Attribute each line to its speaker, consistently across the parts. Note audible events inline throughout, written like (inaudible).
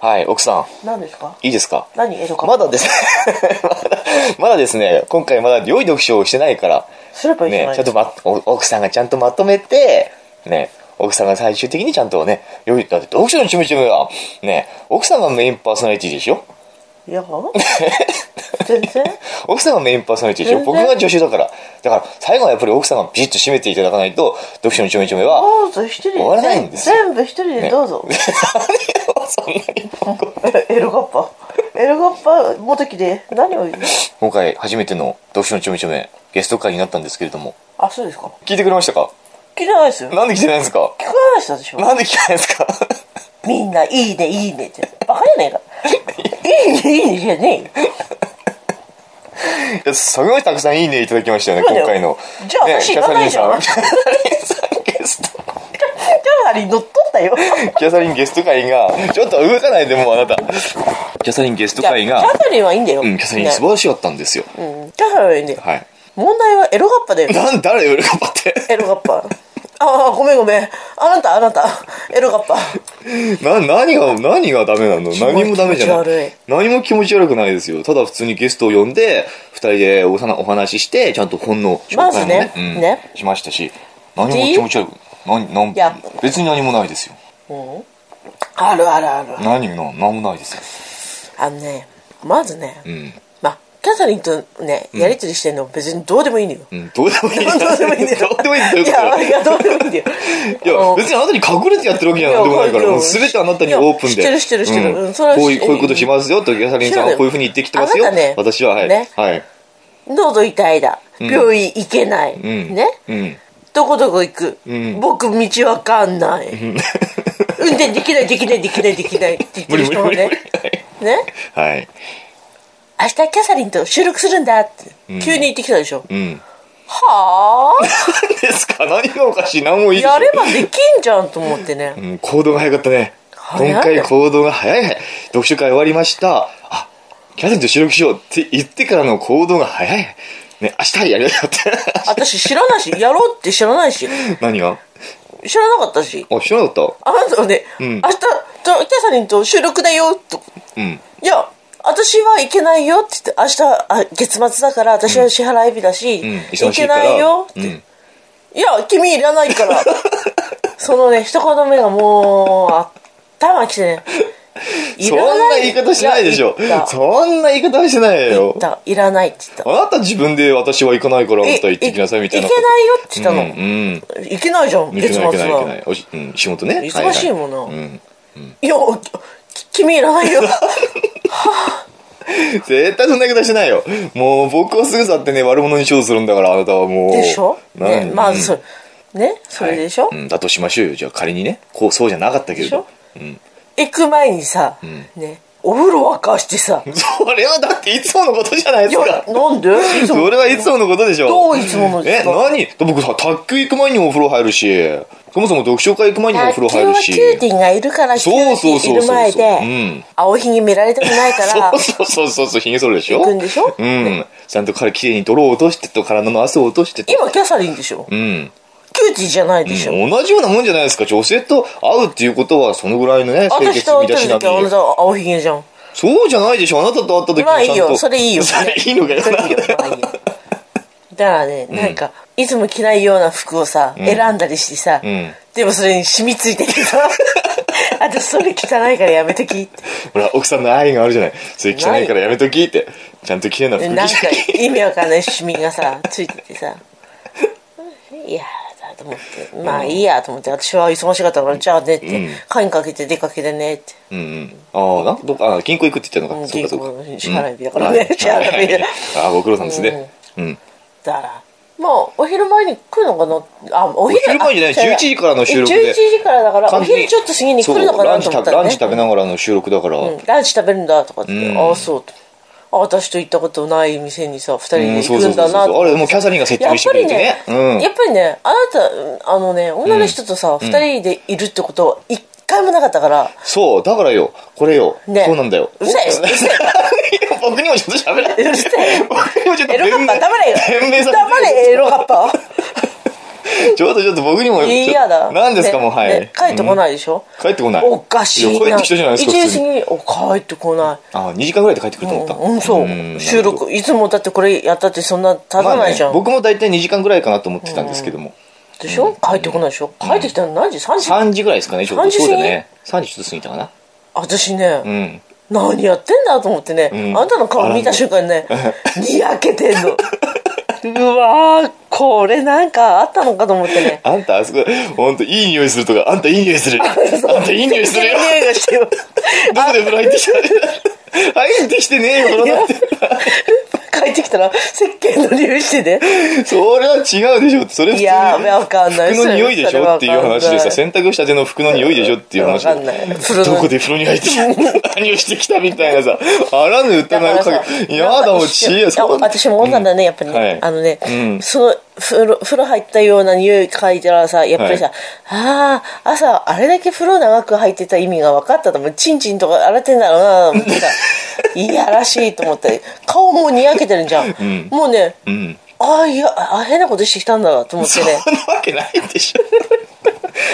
Speaker 1: はい、奥さ
Speaker 2: 何ですか
Speaker 1: ん、いいですか
Speaker 2: 何江戸川
Speaker 1: まだですね、 (laughs) まだ、まだですね、今回まだ良い読書をしてないから、
Speaker 2: すればいいじゃ
Speaker 1: ね
Speaker 2: な、い
Speaker 1: ちゃ
Speaker 2: で
Speaker 1: ん
Speaker 2: す
Speaker 1: と
Speaker 2: か、
Speaker 1: ま、お奥さんがちゃんとまとめて、ね、奥さんが最終的にちゃんとね、良い、だって読書の趣味趣味が、ね、奥さんがメインパーソナリティでしょ
Speaker 2: いや
Speaker 1: (laughs)
Speaker 2: 全然
Speaker 1: 奥さんがメインパーソナリティでしょ
Speaker 2: 全
Speaker 1: 僕
Speaker 2: 然
Speaker 1: が助手だから。だから、最後はやっぱり奥さんがビシッと締めていただかないと、読書の趣味趣味は、
Speaker 2: どうぞ一人で
Speaker 1: 終わらないんですよ
Speaker 2: 全部一人でど
Speaker 1: (laughs)
Speaker 2: うぞ、
Speaker 1: 何を (laughs) そんなに僕
Speaker 2: えエルガッパエルガッパもどきで何を言う
Speaker 1: 今回初めての読書のちょめちょめゲスト会になったんですけれども
Speaker 2: あそうですか
Speaker 1: 聞いてくれましたか
Speaker 2: 聞いてないですよ聞か
Speaker 1: なんで来てないんですか
Speaker 2: ない人でしょ
Speaker 1: なんで来てないんですか (laughs)
Speaker 2: みんないいねいいねってバカじゃねえかいいねいいねじゃねえよ
Speaker 1: いやすごいたくさんいいねいただきましたよね
Speaker 2: そうだ
Speaker 1: 今
Speaker 2: よ
Speaker 1: 回の
Speaker 2: じゃあ
Speaker 1: ね
Speaker 2: 私行かないじゃん
Speaker 1: キャサリンさんキャサリンさんゲスト
Speaker 2: キャサリン乗っ取ったよ
Speaker 1: (laughs) キャサリンゲスト会がちょっと動かないでもうあなたキャサリンゲスト
Speaker 2: じゃあ
Speaker 1: 会
Speaker 2: キ
Speaker 1: が
Speaker 2: ャサリンはいいんだよ、
Speaker 1: うんキャサリン
Speaker 2: ね
Speaker 1: 素晴らしかったんですよ
Speaker 2: うんキャサリンはいいんだよ
Speaker 1: はい
Speaker 2: 問題はエロガッ
Speaker 1: (laughs)
Speaker 2: パだよ
Speaker 1: なん誰より頑張って (laughs)
Speaker 2: エロガッパああごめんごめんあなたあなたエロガッパ
Speaker 1: な何が何がダメなの
Speaker 2: 持ち
Speaker 1: 何もダメじゃ
Speaker 2: 気持ち
Speaker 1: な
Speaker 2: 悪
Speaker 1: い
Speaker 2: い
Speaker 1: 何も気持ち悪くないですよただ普通にゲストを呼んで二人でおさなお話ししてちゃんと本の紹介もね,、
Speaker 2: まずね
Speaker 1: うん
Speaker 2: ね
Speaker 1: しましたし何も気持ち悪く何何
Speaker 2: や
Speaker 1: 別に何もないですよ
Speaker 2: うんあるあるある
Speaker 1: 何も何もないですよ
Speaker 2: あのねまずね、
Speaker 1: うん、
Speaker 2: まあキャサリンとねやりとりしてるの別にどうでもいいのよ、
Speaker 1: うん、 (laughs) どうでもいい
Speaker 2: (laughs) どうでもいいんだよ
Speaker 1: どうでもいいんだよ
Speaker 2: いやいやどうでもいいんだよ
Speaker 1: (laughs) いや別にあなたに隠れてやってるわけじゃなんでもないか
Speaker 2: いや
Speaker 1: らもう全てあなたにオープンで
Speaker 2: いや知ってる知ってる知ってる
Speaker 1: う
Speaker 2: うんんそれは
Speaker 1: こういう
Speaker 2: 知ってる
Speaker 1: こういうことしますよとキャサリンさんはこういうふうに言ってきてますよ
Speaker 2: あなたね
Speaker 1: 私ははい、
Speaker 2: ね
Speaker 1: はい
Speaker 2: 喉痛いだ病院行けない、
Speaker 1: うん
Speaker 2: ね
Speaker 1: うん
Speaker 2: どこどこ行く、
Speaker 1: ん
Speaker 2: 僕道わかんない、 (laughs) 運転できないできないできないできないって言ってる人
Speaker 1: 無
Speaker 2: もね
Speaker 1: 理無理無理無理
Speaker 2: ね
Speaker 1: はい
Speaker 2: 明日キャサリンと収録するんだって急に言ってきたでしょ、
Speaker 1: うん
Speaker 2: は
Speaker 1: (laughs)
Speaker 2: あ
Speaker 1: 何ですか何がおかしい何もいいでしょ
Speaker 2: やればできんじゃんと思ってね
Speaker 1: うん、行動が早かったね
Speaker 2: 早い
Speaker 1: 今回行動が早い早い読書会終わりましたあキャサリンと収録しようって言ってからの行動が早いね明日やるよって (laughs)
Speaker 2: 私知らないしやろうって知らないし
Speaker 1: 何が
Speaker 2: 知らなかったし
Speaker 1: あ知らなかっ
Speaker 2: あなたはね、
Speaker 1: ん
Speaker 2: 明日とキャサリンと収録だよと
Speaker 1: たうん
Speaker 2: いや私は行けないよって言って明日あ月末だから私は支払い日だし、
Speaker 1: うん忙
Speaker 2: 行
Speaker 1: しい
Speaker 2: け
Speaker 1: から
Speaker 2: ないよって、
Speaker 1: うん
Speaker 2: いや君いらないから
Speaker 1: (laughs)
Speaker 2: そのね一言目がもう頭きてねい
Speaker 1: (laughs) そん
Speaker 2: ら
Speaker 1: な
Speaker 2: ない
Speaker 1: 言い方しないでしょ
Speaker 2: いや言った
Speaker 1: そんな言い方はしてない
Speaker 2: 言
Speaker 1: よ
Speaker 2: ったいらないって言った
Speaker 1: あなた自分で私は行かないからあなた行ってきなさいみたいな
Speaker 2: 行けないよって言ったの、
Speaker 1: うんうん
Speaker 2: 行けないじゃん
Speaker 1: 行け
Speaker 2: 月
Speaker 1: ない行
Speaker 2: 末
Speaker 1: けない行けな
Speaker 2: はい
Speaker 1: おしうん仕事ね
Speaker 2: 忙しいもんな
Speaker 1: ははうん
Speaker 2: いやき君いらな
Speaker 1: (laughs)
Speaker 2: いよ
Speaker 1: 絶対そんな言い方してないよもう僕をすぐ去ってね悪者にしようとするんだからあなたはもう
Speaker 2: でしょ
Speaker 1: 何
Speaker 2: ねま
Speaker 1: う
Speaker 2: あ
Speaker 1: ん
Speaker 2: そ,、ね、それでしょ、
Speaker 1: はいうんだとしましょうよじゃあ仮にねこうそうじゃなかったけれどうん
Speaker 2: 行く前にさ、ねお風呂沸かしてさ
Speaker 1: (laughs) それはだっていつものことじゃない
Speaker 2: い
Speaker 1: です
Speaker 2: や
Speaker 1: か
Speaker 2: なんでいつも
Speaker 1: それはいつものことでしょ
Speaker 2: どういつものです
Speaker 1: え
Speaker 2: か
Speaker 1: 何だ僕さ卓球行く前にもお風呂入るしそもそも読書会行く前にもお風呂入るし
Speaker 2: 卓球はキューティンがいるからキュ
Speaker 1: そう
Speaker 2: ー
Speaker 1: そう
Speaker 2: テ
Speaker 1: そ
Speaker 2: ィンいう
Speaker 1: そう
Speaker 2: る前で、
Speaker 1: うん
Speaker 2: 青ひげ見られたくないから
Speaker 1: そうそうそうそう、ひげ剃るでしょ
Speaker 2: 行くんでしょ
Speaker 1: うん。ちゃんと彼綺麗に泥を落としてと、体の汗を落としてと。
Speaker 2: 今キャサリンでしょ、
Speaker 1: うん。
Speaker 2: キューティーじゃないでしょ、
Speaker 1: 同じようなもんじゃないですか。女性と会うっていうことは、そのぐらいのね、清
Speaker 2: 私
Speaker 1: 潔
Speaker 2: と
Speaker 1: 見
Speaker 2: 会って
Speaker 1: だし
Speaker 2: る
Speaker 1: な
Speaker 2: 時はあな
Speaker 1: み
Speaker 2: た。青ひげじゃん
Speaker 1: そうじゃないでしょ。あなたと会った時
Speaker 2: まあ
Speaker 1: も
Speaker 2: いい
Speaker 1: ちゃん
Speaker 2: よ
Speaker 1: と。
Speaker 2: それいい
Speaker 1: (laughs)
Speaker 2: よ
Speaker 1: それいいのかよ。
Speaker 2: それいいよまあいいよだからね、なんかいつも着ないような服をさ、選んだりしてさ、
Speaker 1: ん
Speaker 2: でもそれに染みついてきてさ
Speaker 1: (laughs)
Speaker 2: 私それ汚いからやめときって
Speaker 1: ほら、奥さんの愛があるじゃない。それ汚いからやめときって。ちゃんと綺麗な服
Speaker 2: で
Speaker 1: 着
Speaker 2: なんか
Speaker 1: て。
Speaker 2: 意味わかんないシミがさついててさいやだと思ってまあいいやと思って私は忙しかったからじゃあねって、会にかけて出かけてねって
Speaker 1: うんうん。ああ、なんかどっか、あ銀行行くって言ったの
Speaker 2: う
Speaker 1: か。
Speaker 2: ん
Speaker 1: そうかそうか。
Speaker 2: 銀行
Speaker 1: うん
Speaker 2: 支払い日だからね
Speaker 1: はい
Speaker 2: 支払い日
Speaker 1: は
Speaker 2: だ
Speaker 1: いああ、ご苦労さんですね。うん。
Speaker 2: だからもうお昼前に来るのかなあお昼
Speaker 1: お昼前じゃない
Speaker 2: あ違う
Speaker 1: 11時からの収録で
Speaker 2: 11時からだからお
Speaker 1: 完全に
Speaker 2: 昼ちょっと過ぎに来るのかなと思った
Speaker 1: そう
Speaker 2: ら
Speaker 1: ランチ食べラ
Speaker 2: ね
Speaker 1: ンチ食べながらの収録だから、
Speaker 2: うんランチ食べるんだとかって、
Speaker 1: うん
Speaker 2: ああそうとあ私と行ったことない店にさ2人
Speaker 1: う
Speaker 2: で
Speaker 1: んそ
Speaker 2: 行
Speaker 1: うそ
Speaker 2: く
Speaker 1: うんそう
Speaker 2: だな
Speaker 1: そう
Speaker 2: と
Speaker 1: あれもうキャサリンが説
Speaker 2: やっ
Speaker 1: 明して
Speaker 2: ぱ
Speaker 1: くれ
Speaker 2: り
Speaker 1: てね
Speaker 2: ね、
Speaker 1: うん、
Speaker 2: やっぱりねあなたうんあのね女の人とさ、二2人でいるってことは一回もなかったから
Speaker 1: そうだからよこれよ、
Speaker 2: ね
Speaker 1: そうなんだよ
Speaker 2: うるさいうるさい
Speaker 1: (laughs) 僕にもちょっと喋らな
Speaker 2: うる
Speaker 1: い
Speaker 2: せえ
Speaker 1: 僕にもちょっと
Speaker 2: エロガッパー黙れよ
Speaker 1: 弁明させて
Speaker 2: 黙れエロガッパー
Speaker 1: ちょっとちょっと僕にも。
Speaker 2: 嫌だ。
Speaker 1: (laughs) 何ですか、
Speaker 2: ね
Speaker 1: もう、は
Speaker 2: ね
Speaker 1: い。
Speaker 2: 帰ってこ
Speaker 1: い。
Speaker 2: ないでしょ、
Speaker 1: 帰ってこない。
Speaker 2: おかしい
Speaker 1: や
Speaker 2: な。
Speaker 1: 帰ってきたじゃないですか、
Speaker 2: 1
Speaker 1: 普
Speaker 2: 時
Speaker 1: 通に。
Speaker 2: に、お、帰ってこない。
Speaker 1: あ、2時間ぐらいで帰ってくると思った。
Speaker 2: うん、うんそ
Speaker 1: う
Speaker 2: う
Speaker 1: ん
Speaker 2: 収。録いつもだってこれやったってそんな経
Speaker 1: なるほど
Speaker 2: たないじゃん、
Speaker 1: まあね僕も大体2時間ぐらいかなと思ってたんですけども。
Speaker 2: でしょ帰ってこないでしょ帰ってきたの何時 ?3 時
Speaker 1: 3時ぐらいですかね、ちょっと。
Speaker 2: 3時
Speaker 1: そ
Speaker 2: 過ぎ
Speaker 1: うだね。3時ちょっと過ぎたかな。
Speaker 2: 私ね、
Speaker 1: うん。
Speaker 2: 何やってんだと思ってね、
Speaker 1: ん
Speaker 2: あんたの顔見た瞬間
Speaker 1: (laughs)
Speaker 2: にねにやけてんのうわーこれなんかあったのかと思ってね
Speaker 1: あんた、あそこ、ほんと、いい匂いするとか、あんたいい匂いする。あんたいい匂いするよ。
Speaker 2: 匂いがして
Speaker 1: (laughs)
Speaker 2: よ
Speaker 1: どこで風呂入ってきた入ってきてねえよ、風呂なんて。
Speaker 2: 帰ってきたら石鹸の匂いしてね
Speaker 1: それは違うでしょってそれ普
Speaker 2: いやーわかんない
Speaker 1: 通に服の匂いでしょっていう話でさ
Speaker 2: それ
Speaker 1: 洗濯したての服の匂いでしょっていう話
Speaker 2: わかんないそれ
Speaker 1: どこで風呂に入ってきた何をしてきたみたいなさあらぬ疑
Speaker 2: だか
Speaker 1: いをか
Speaker 2: らさ
Speaker 1: けやだもうちえ
Speaker 2: いや
Speaker 1: そんな
Speaker 2: 私も思ったんだね、やっぱりね、
Speaker 1: はい
Speaker 2: あのね、
Speaker 1: うん
Speaker 2: その風呂風呂入ったような匂い嗅いだらさやっぱりさ、
Speaker 1: は
Speaker 2: ああ朝あれだけ風呂長く入ってた意味が分かったと思うチンチンとか洗ってんだろうなと思って
Speaker 1: (laughs)
Speaker 2: さいやらしいと思って顔もにやけてるじゃん、もうね、
Speaker 1: うん
Speaker 2: ああいやあ変なことしてきたんだと思って
Speaker 1: そん
Speaker 2: ね
Speaker 1: なわけないでしょ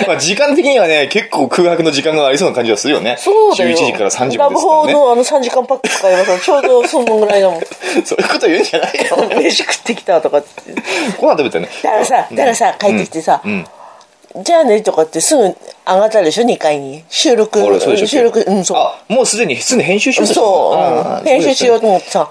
Speaker 1: (laughs) まあ時間的にはね結構空白の時間があ (laughs) りそうな感じはするよね
Speaker 2: そうだよ
Speaker 1: 11時から3時ま
Speaker 2: ラ
Speaker 1: でで
Speaker 2: ブ
Speaker 1: すか
Speaker 2: ホ
Speaker 1: らね
Speaker 2: のあの3時間パック使いますちょうどそのぐらい
Speaker 1: (laughs)
Speaker 2: だもん
Speaker 1: そういうこと言うんじゃないよ
Speaker 2: 飯食ってきたとかって
Speaker 1: ご飯食べてね
Speaker 2: だからさだからさ帰ってきてさ、
Speaker 1: うん
Speaker 2: じゃあねとかってすぐ上がったでしょ2階に収録
Speaker 1: 俺そうでしょ
Speaker 2: 収録うんそう
Speaker 1: あもうすでにすでに編集しようとしてた
Speaker 2: そう、
Speaker 1: あー
Speaker 2: 編集しようと思ってさ、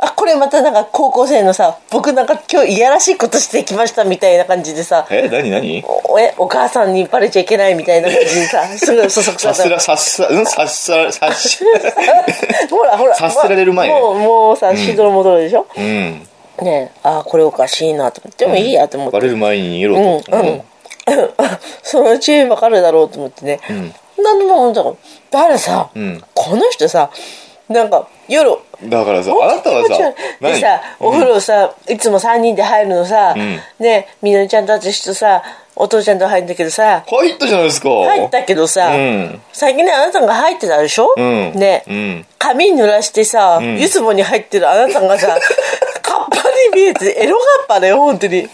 Speaker 2: あこれまたなんか高校生のさ僕なんか今日いやらしいことしてきましたみたいな感じでさ
Speaker 1: え何何
Speaker 2: おえお母さんにバレちゃいけないみたいな感じ
Speaker 1: (laughs)
Speaker 2: でさすぐそそくさ
Speaker 1: さす
Speaker 2: と
Speaker 1: らさっさうんさっさらさっし
Speaker 2: (laughs) ほらほら
Speaker 1: さすられる前ね
Speaker 2: もうもうさシードル戻るでしょ、
Speaker 1: うん
Speaker 2: ねえあこれおかしいなと思ってでもいいやと思って
Speaker 1: バレる前に言ろと
Speaker 2: うんうん (laughs) そのうちわかるだろうと思ってね、なんでもだからだからさ、
Speaker 1: ん
Speaker 2: この人さなんか夜
Speaker 1: うんだからさあなたはさ
Speaker 2: でさお風呂さ、いつも3人で入るのさ、ねみのりちゃんと私とさお父ちゃんと入るんだけどさ
Speaker 1: 入ったじゃないですか
Speaker 2: 入ったけどさ、
Speaker 1: うん
Speaker 2: 最近ねあなたが入ってたでしょ、
Speaker 1: うん
Speaker 2: ね、
Speaker 1: うん
Speaker 2: 髪濡らしてさ、ゆずぼに入ってるあなた
Speaker 1: (laughs)
Speaker 2: がさカッパに見えてエロカッパだよ本当に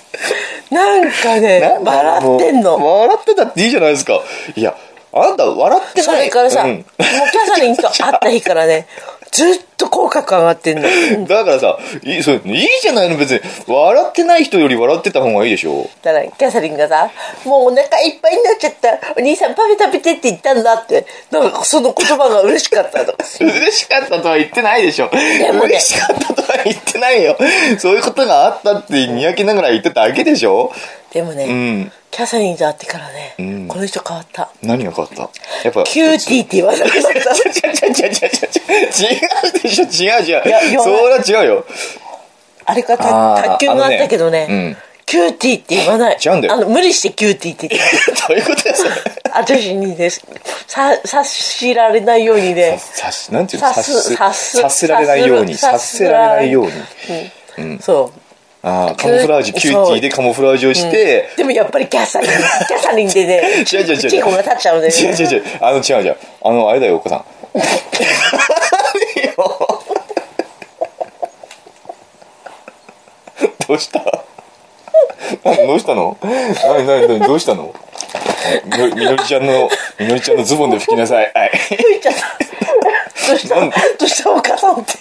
Speaker 2: なんかね
Speaker 1: なんだろう
Speaker 2: 笑ってんの
Speaker 1: もう笑ってたっていいじゃないですかいやあなた笑って
Speaker 2: そ
Speaker 1: ない
Speaker 2: れからさ、
Speaker 1: う
Speaker 2: もうんキャサリンと会った日からね、ずっと口角上がってんの。
Speaker 1: (laughs) だからさいいそういいじゃないの別に笑ってない人より笑ってた方がいいでしょ
Speaker 2: だから、キャサリンがさ、もうお腹いっぱいになっちゃった。お兄さんパフェ食べてって言ったんだって。なんかその言葉が嬉しかったと。
Speaker 1: 嬉しかったとは言ってないでしょ。
Speaker 2: もね
Speaker 1: 嬉しかったとは言ってないよ。そういうことがあったってにやけながら言ってただけでしょ
Speaker 2: でもね、
Speaker 1: うん
Speaker 2: キャサリンと会ってからね、
Speaker 1: ん
Speaker 2: この人変わった。
Speaker 1: 何が変わったやっぱ。 (laughs)
Speaker 2: キューティーって言わなくなった。
Speaker 1: 違う違う違う違う違う違うでしょ違う違
Speaker 2: いや
Speaker 1: う
Speaker 2: 言わ
Speaker 1: そ
Speaker 2: な
Speaker 1: れは違うよ (laughs)
Speaker 2: あれか
Speaker 1: あー
Speaker 2: ら卓球があったけどね
Speaker 1: あのねうん
Speaker 2: キューティーって言わない。
Speaker 1: 違うんだよ
Speaker 2: あの、無理してキューティーって言って。
Speaker 1: どういうことです
Speaker 2: 私にね、さ、察しられないようにね。
Speaker 1: さしなんていうの
Speaker 2: さす
Speaker 1: さすさ
Speaker 2: さす
Speaker 1: せられないようにさ
Speaker 2: さす
Speaker 1: せられないように
Speaker 2: そう。
Speaker 1: ああカモフラージュ
Speaker 2: そう
Speaker 1: キューティーでカモフラージュをして
Speaker 2: でもやっぱりキャサリン、キャサリンでね、
Speaker 1: (laughs) 違う違う違う
Speaker 2: チンコが立っちゃうんだよ
Speaker 1: 違う
Speaker 2: ね。
Speaker 1: 違う違うあの違う違うあのあれだよお子さん何よどうした何どうしたの何何何どうしたのみのみのりちゃんのみのりちゃんのズボンで拭きなさいはい
Speaker 2: 吹いちゃった。どうした
Speaker 1: なん
Speaker 2: どうしたお母さんって。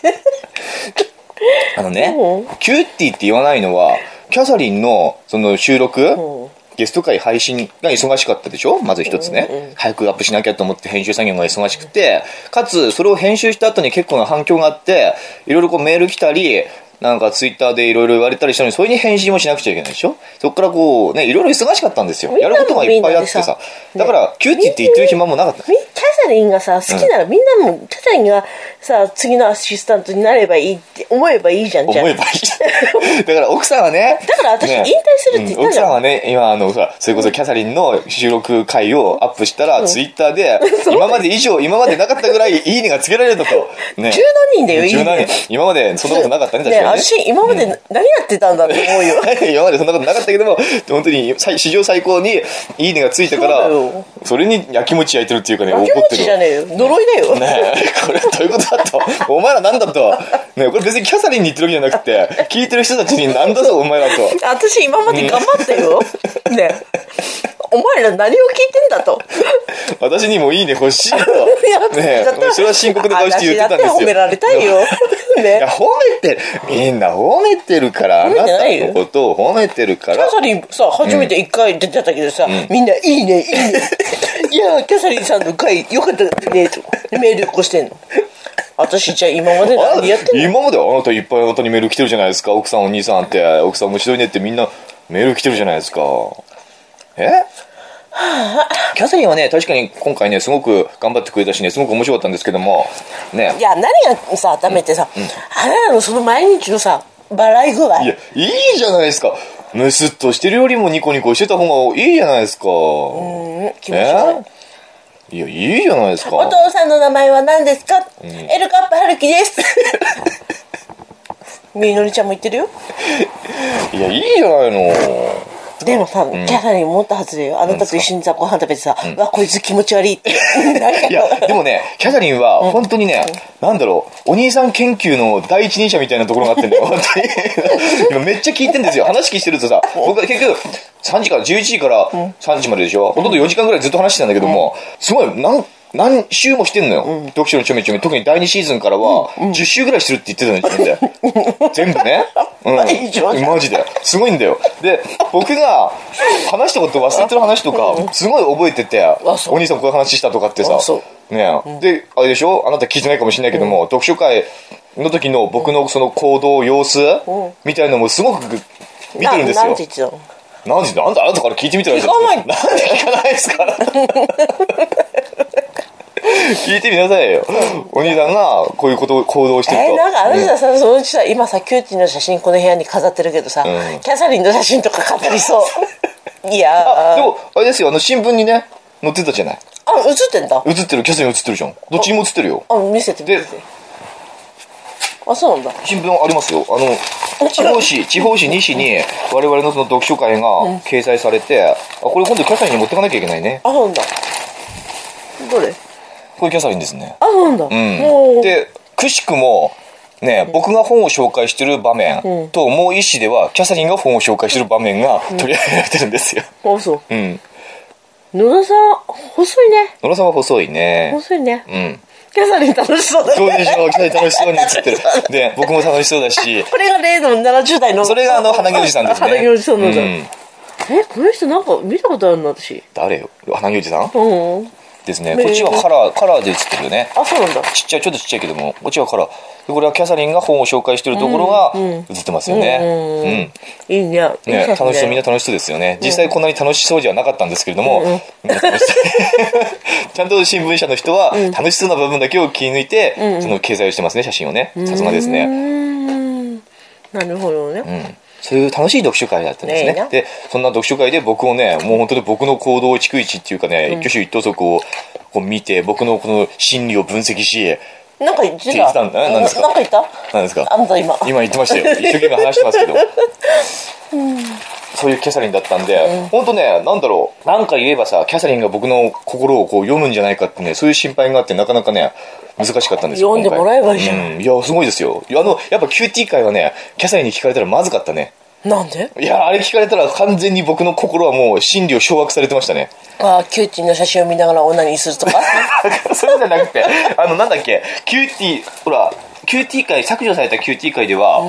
Speaker 1: あのね
Speaker 2: う
Speaker 1: キューティーって言わないのはキャサリンのその収録
Speaker 2: うん
Speaker 1: ゲスト会配信が忙しかったでしょまず一つね、早くアップしなきゃと思って編集作業が忙しくてかつそれを編集した後に結構な反響があっていろいろこうメール来たりなんかツイッターでいろいろ言われたりしたのにそれに返信もしなくちゃいけないでしょそっからこうねいろいろ忙しかったんですよ
Speaker 2: みん
Speaker 1: や
Speaker 2: なも
Speaker 1: ることがいっぱいあって
Speaker 2: みんな
Speaker 1: さ
Speaker 2: でさ
Speaker 1: だからキューティーって言ってる暇もなかった
Speaker 2: みキャサリンがさ、好きならみんなも、キャサリンがさ、次のアシスタントになればいいって思えばいいじゃん、
Speaker 1: 思
Speaker 2: じゃあ
Speaker 1: えばいいだから奥さんはね
Speaker 2: だから私引退するって言ったじゃん
Speaker 1: う奥さんはね今あのさそれこそキャサリンの収録回をアップしたら、ツイッターで
Speaker 2: (laughs) そう
Speaker 1: 今まで以上今までなかったぐらいいいねがつけられるのと、ね、
Speaker 2: 十何人だよいいね
Speaker 1: 十何人今までそんなことなかったね確かにね (laughs)
Speaker 2: 私今まで何やってたんだって思うよ。
Speaker 1: 今までそんなことなかったけども本当に最史上最高にいいねがついたから
Speaker 2: そう
Speaker 1: それにやきもち焼いてるっていうかね、怒
Speaker 2: 焼き
Speaker 1: っ
Speaker 2: も
Speaker 1: て
Speaker 2: ち
Speaker 1: る
Speaker 2: じ。ゃねえよ呪いだよ、
Speaker 1: ねえ、これはどういうことだと。お前らなんだと。ねえ、これ別にキャサリンに言ってるわけじゃなくて、聞いてる人たちになんだぞ、お前らと。
Speaker 2: 私今まで頑張ったよ、ねお前ら何を聞いてんだと
Speaker 1: 私にもいいね欲しいと。
Speaker 2: (laughs)
Speaker 1: ねえ
Speaker 2: だった、ら
Speaker 1: それは深刻で顔して言ってたんですよ。
Speaker 2: 私だって褒められたいよ
Speaker 1: いや、
Speaker 2: ね
Speaker 1: 褒めてる。みんな褒めてるから、あ
Speaker 2: 褒め
Speaker 1: な
Speaker 2: てな
Speaker 1: た
Speaker 2: いよ
Speaker 1: のことを褒めてるか
Speaker 2: キャ
Speaker 1: ら。
Speaker 2: サリンさ初めて一回出てたけどさ、みんな「いいね
Speaker 1: (laughs)
Speaker 2: いいね」「いやキャサリンさんの回よかったね」とメールこしてんの私じゃあ今まで
Speaker 1: あな
Speaker 2: 何やってんの
Speaker 1: 今まであなたいっぱいあなたにメール来てるじゃないですか。奥さんお兄さんって、奥さん面白いねってみんなメール来てるじゃないですか。えキャサリンはね、確かに今回ね、すごく頑張ってくれたしね、すごく面白かったんですけども、ね
Speaker 2: い。や何がさダメってさ、あれなのその毎日のさ笑い具合
Speaker 1: いや、いいじゃないですか。ムスッとしてるよりもニコニコしてた方がいいじゃないですか。
Speaker 2: うん気持ち悪い
Speaker 1: えいや、いいじゃないですか。
Speaker 2: お父さんの名前は何ですか、エルカップ春樹
Speaker 1: (laughs)
Speaker 2: ですみのりちゃんも言ってるよ
Speaker 1: いや、いいじゃないの。
Speaker 2: でもさ、キャサリンもったはずだよあなたと一緒にさご飯食べてさ「うわこいつ気持ち悪い」ってなんか
Speaker 1: (laughs) いや、でもね、キャサリンは、本当にね、なんだろう、お兄さん研究の第一人者みたいなところがあってん
Speaker 2: (laughs)
Speaker 1: だよ、本当に。今めっちゃ聞いてんですよ。話聞いてるとさ、僕は結局、3時から、11時から3時まででしょ、ほとんど4時間ぐらいずっと話してたんだけども、すごい、なん、何週もしてんのよ。読書のちょめちょめ。特に第2シーズンからは、10週ぐらいしてるって言ってたのよ、自分で。
Speaker 2: (laughs)
Speaker 1: 全部ね。
Speaker 2: 毎日
Speaker 1: うん。マジで。すごいんだよ。で、僕が話したこと忘れてる話とか、すごい覚えてて、
Speaker 2: あそう
Speaker 1: お兄さんこういう話したとかってさ
Speaker 2: あそ、
Speaker 1: ねえで、あれでしょあなた聞いてないかもしれないけども、読書会の時の僕のその行動、様子
Speaker 2: ん
Speaker 1: みたいのもすごく見てるんです
Speaker 2: ななん
Speaker 1: よ
Speaker 2: て。言ってたの
Speaker 1: なんで、なんであなたから聞いてみたらいいじゃ (laughs) ないですか。なんで聞かないですか (laughs) 聞いてみなさいよ。お兄さんがこういうこと、行動をしてると。
Speaker 2: えー、なんかあの人はさ、そのうちさ今さキューティーの写真この部屋に飾ってるけどさ、
Speaker 1: ん
Speaker 2: キャサリンの写真とか飾りそ
Speaker 1: (laughs)
Speaker 2: ういやー
Speaker 1: あでも、あれですよ、あの、新聞にね、載ってたじゃない。
Speaker 2: あ写ってんだ
Speaker 1: 映ってる、キャサリン映ってるじゃん。どっちにも映ってるよ。
Speaker 2: あ見せて見
Speaker 1: で
Speaker 2: せてあそうなんだ
Speaker 1: 新聞ありますよ。あの、地方紙、地方紙2紙に、我々のその読書会が掲載されて、あ、これ今度キャサリンに持ってかなきゃいけないね。
Speaker 2: あそうなんだどれ
Speaker 1: これキャサリンですね。
Speaker 2: あそうなんだ、
Speaker 1: う
Speaker 2: も
Speaker 1: ん。
Speaker 2: う
Speaker 1: で、くしくも、ね、僕が本を紹介してる場面と、もう一紙では、キャサリンが本を紹介してる場面が取り上げられてるんですよ。
Speaker 2: あそう
Speaker 1: うん。
Speaker 2: 野田さん細いね
Speaker 1: 野呂さんは細いね。
Speaker 2: 細いね
Speaker 1: うん。
Speaker 2: キャサリン楽しそうだ
Speaker 1: そう
Speaker 2: ね
Speaker 1: でしょキャサリン楽しそうに映
Speaker 2: (laughs)
Speaker 1: ってる。で、僕も楽しそうだし、
Speaker 2: これが例の70代の
Speaker 1: それがあの、花毛おじさんですね。
Speaker 2: (laughs) 花毛おじさんなんだ、
Speaker 1: うん。
Speaker 2: えこの人なんか見たことあるな私
Speaker 1: 誰よ花毛おじさん
Speaker 2: うん
Speaker 1: ですね。
Speaker 2: ね
Speaker 1: こっちはカラー、カラーで映ってるよね。
Speaker 2: あそうなんだ
Speaker 1: ちっちゃい、ちょっとちっちゃいけども、こっちはカラー。でこれはキャサリンが本を紹介してるところが映ってますよね。
Speaker 2: うん
Speaker 1: うん。
Speaker 2: いいねいい
Speaker 1: ね、
Speaker 2: 写真
Speaker 1: 楽しそう、みん
Speaker 2: ね
Speaker 1: な楽しそうですよね。実際こんなに楽しそうじゃなかったんですけれども、みんな楽しそう (laughs) ちゃんと新聞社の人は楽しそうな部分だけを切り抜いて、その掲載をしてますね、写真をね。さすがです
Speaker 2: う
Speaker 1: ね。
Speaker 2: ーんなるほどね、
Speaker 1: うんそういう楽しい読書会だったんです
Speaker 2: ねえ
Speaker 1: ね
Speaker 2: な。
Speaker 1: で、そんな読書会で僕をね、もう本当に僕の行動を逐一っていうかね、一挙手一投足をこう見て、僕のこの心理を分析し、
Speaker 2: なんか言ってた
Speaker 1: 言ってたんだえ何ですか
Speaker 2: なんか言った
Speaker 1: なんですか
Speaker 2: あんた今
Speaker 1: 今言ってましたよ
Speaker 2: (laughs)
Speaker 1: 一生懸命話してますけど、そういうキャサリンだったんで、本当ねなんだろうなんか言えばさキャサリンが僕の心をこう読むんじゃないかってねそういう心配があってなかなかね難しかったんですよ
Speaker 2: 読んで
Speaker 1: 今回
Speaker 2: もらえばいいじゃん
Speaker 1: うん、いやすごいですよいやあのやっぱ QT 会はねキャサリンに聞かれたらまずかったね
Speaker 2: なんで
Speaker 1: いやあれ聞かれたら完全に僕の心はもう心理を掌握されてましたね (laughs)
Speaker 2: あーキューティーの写真を見ながらオナニーするとか
Speaker 1: それじゃなくてあのなんだっけ QT ほら QT 会削除された QT 会では、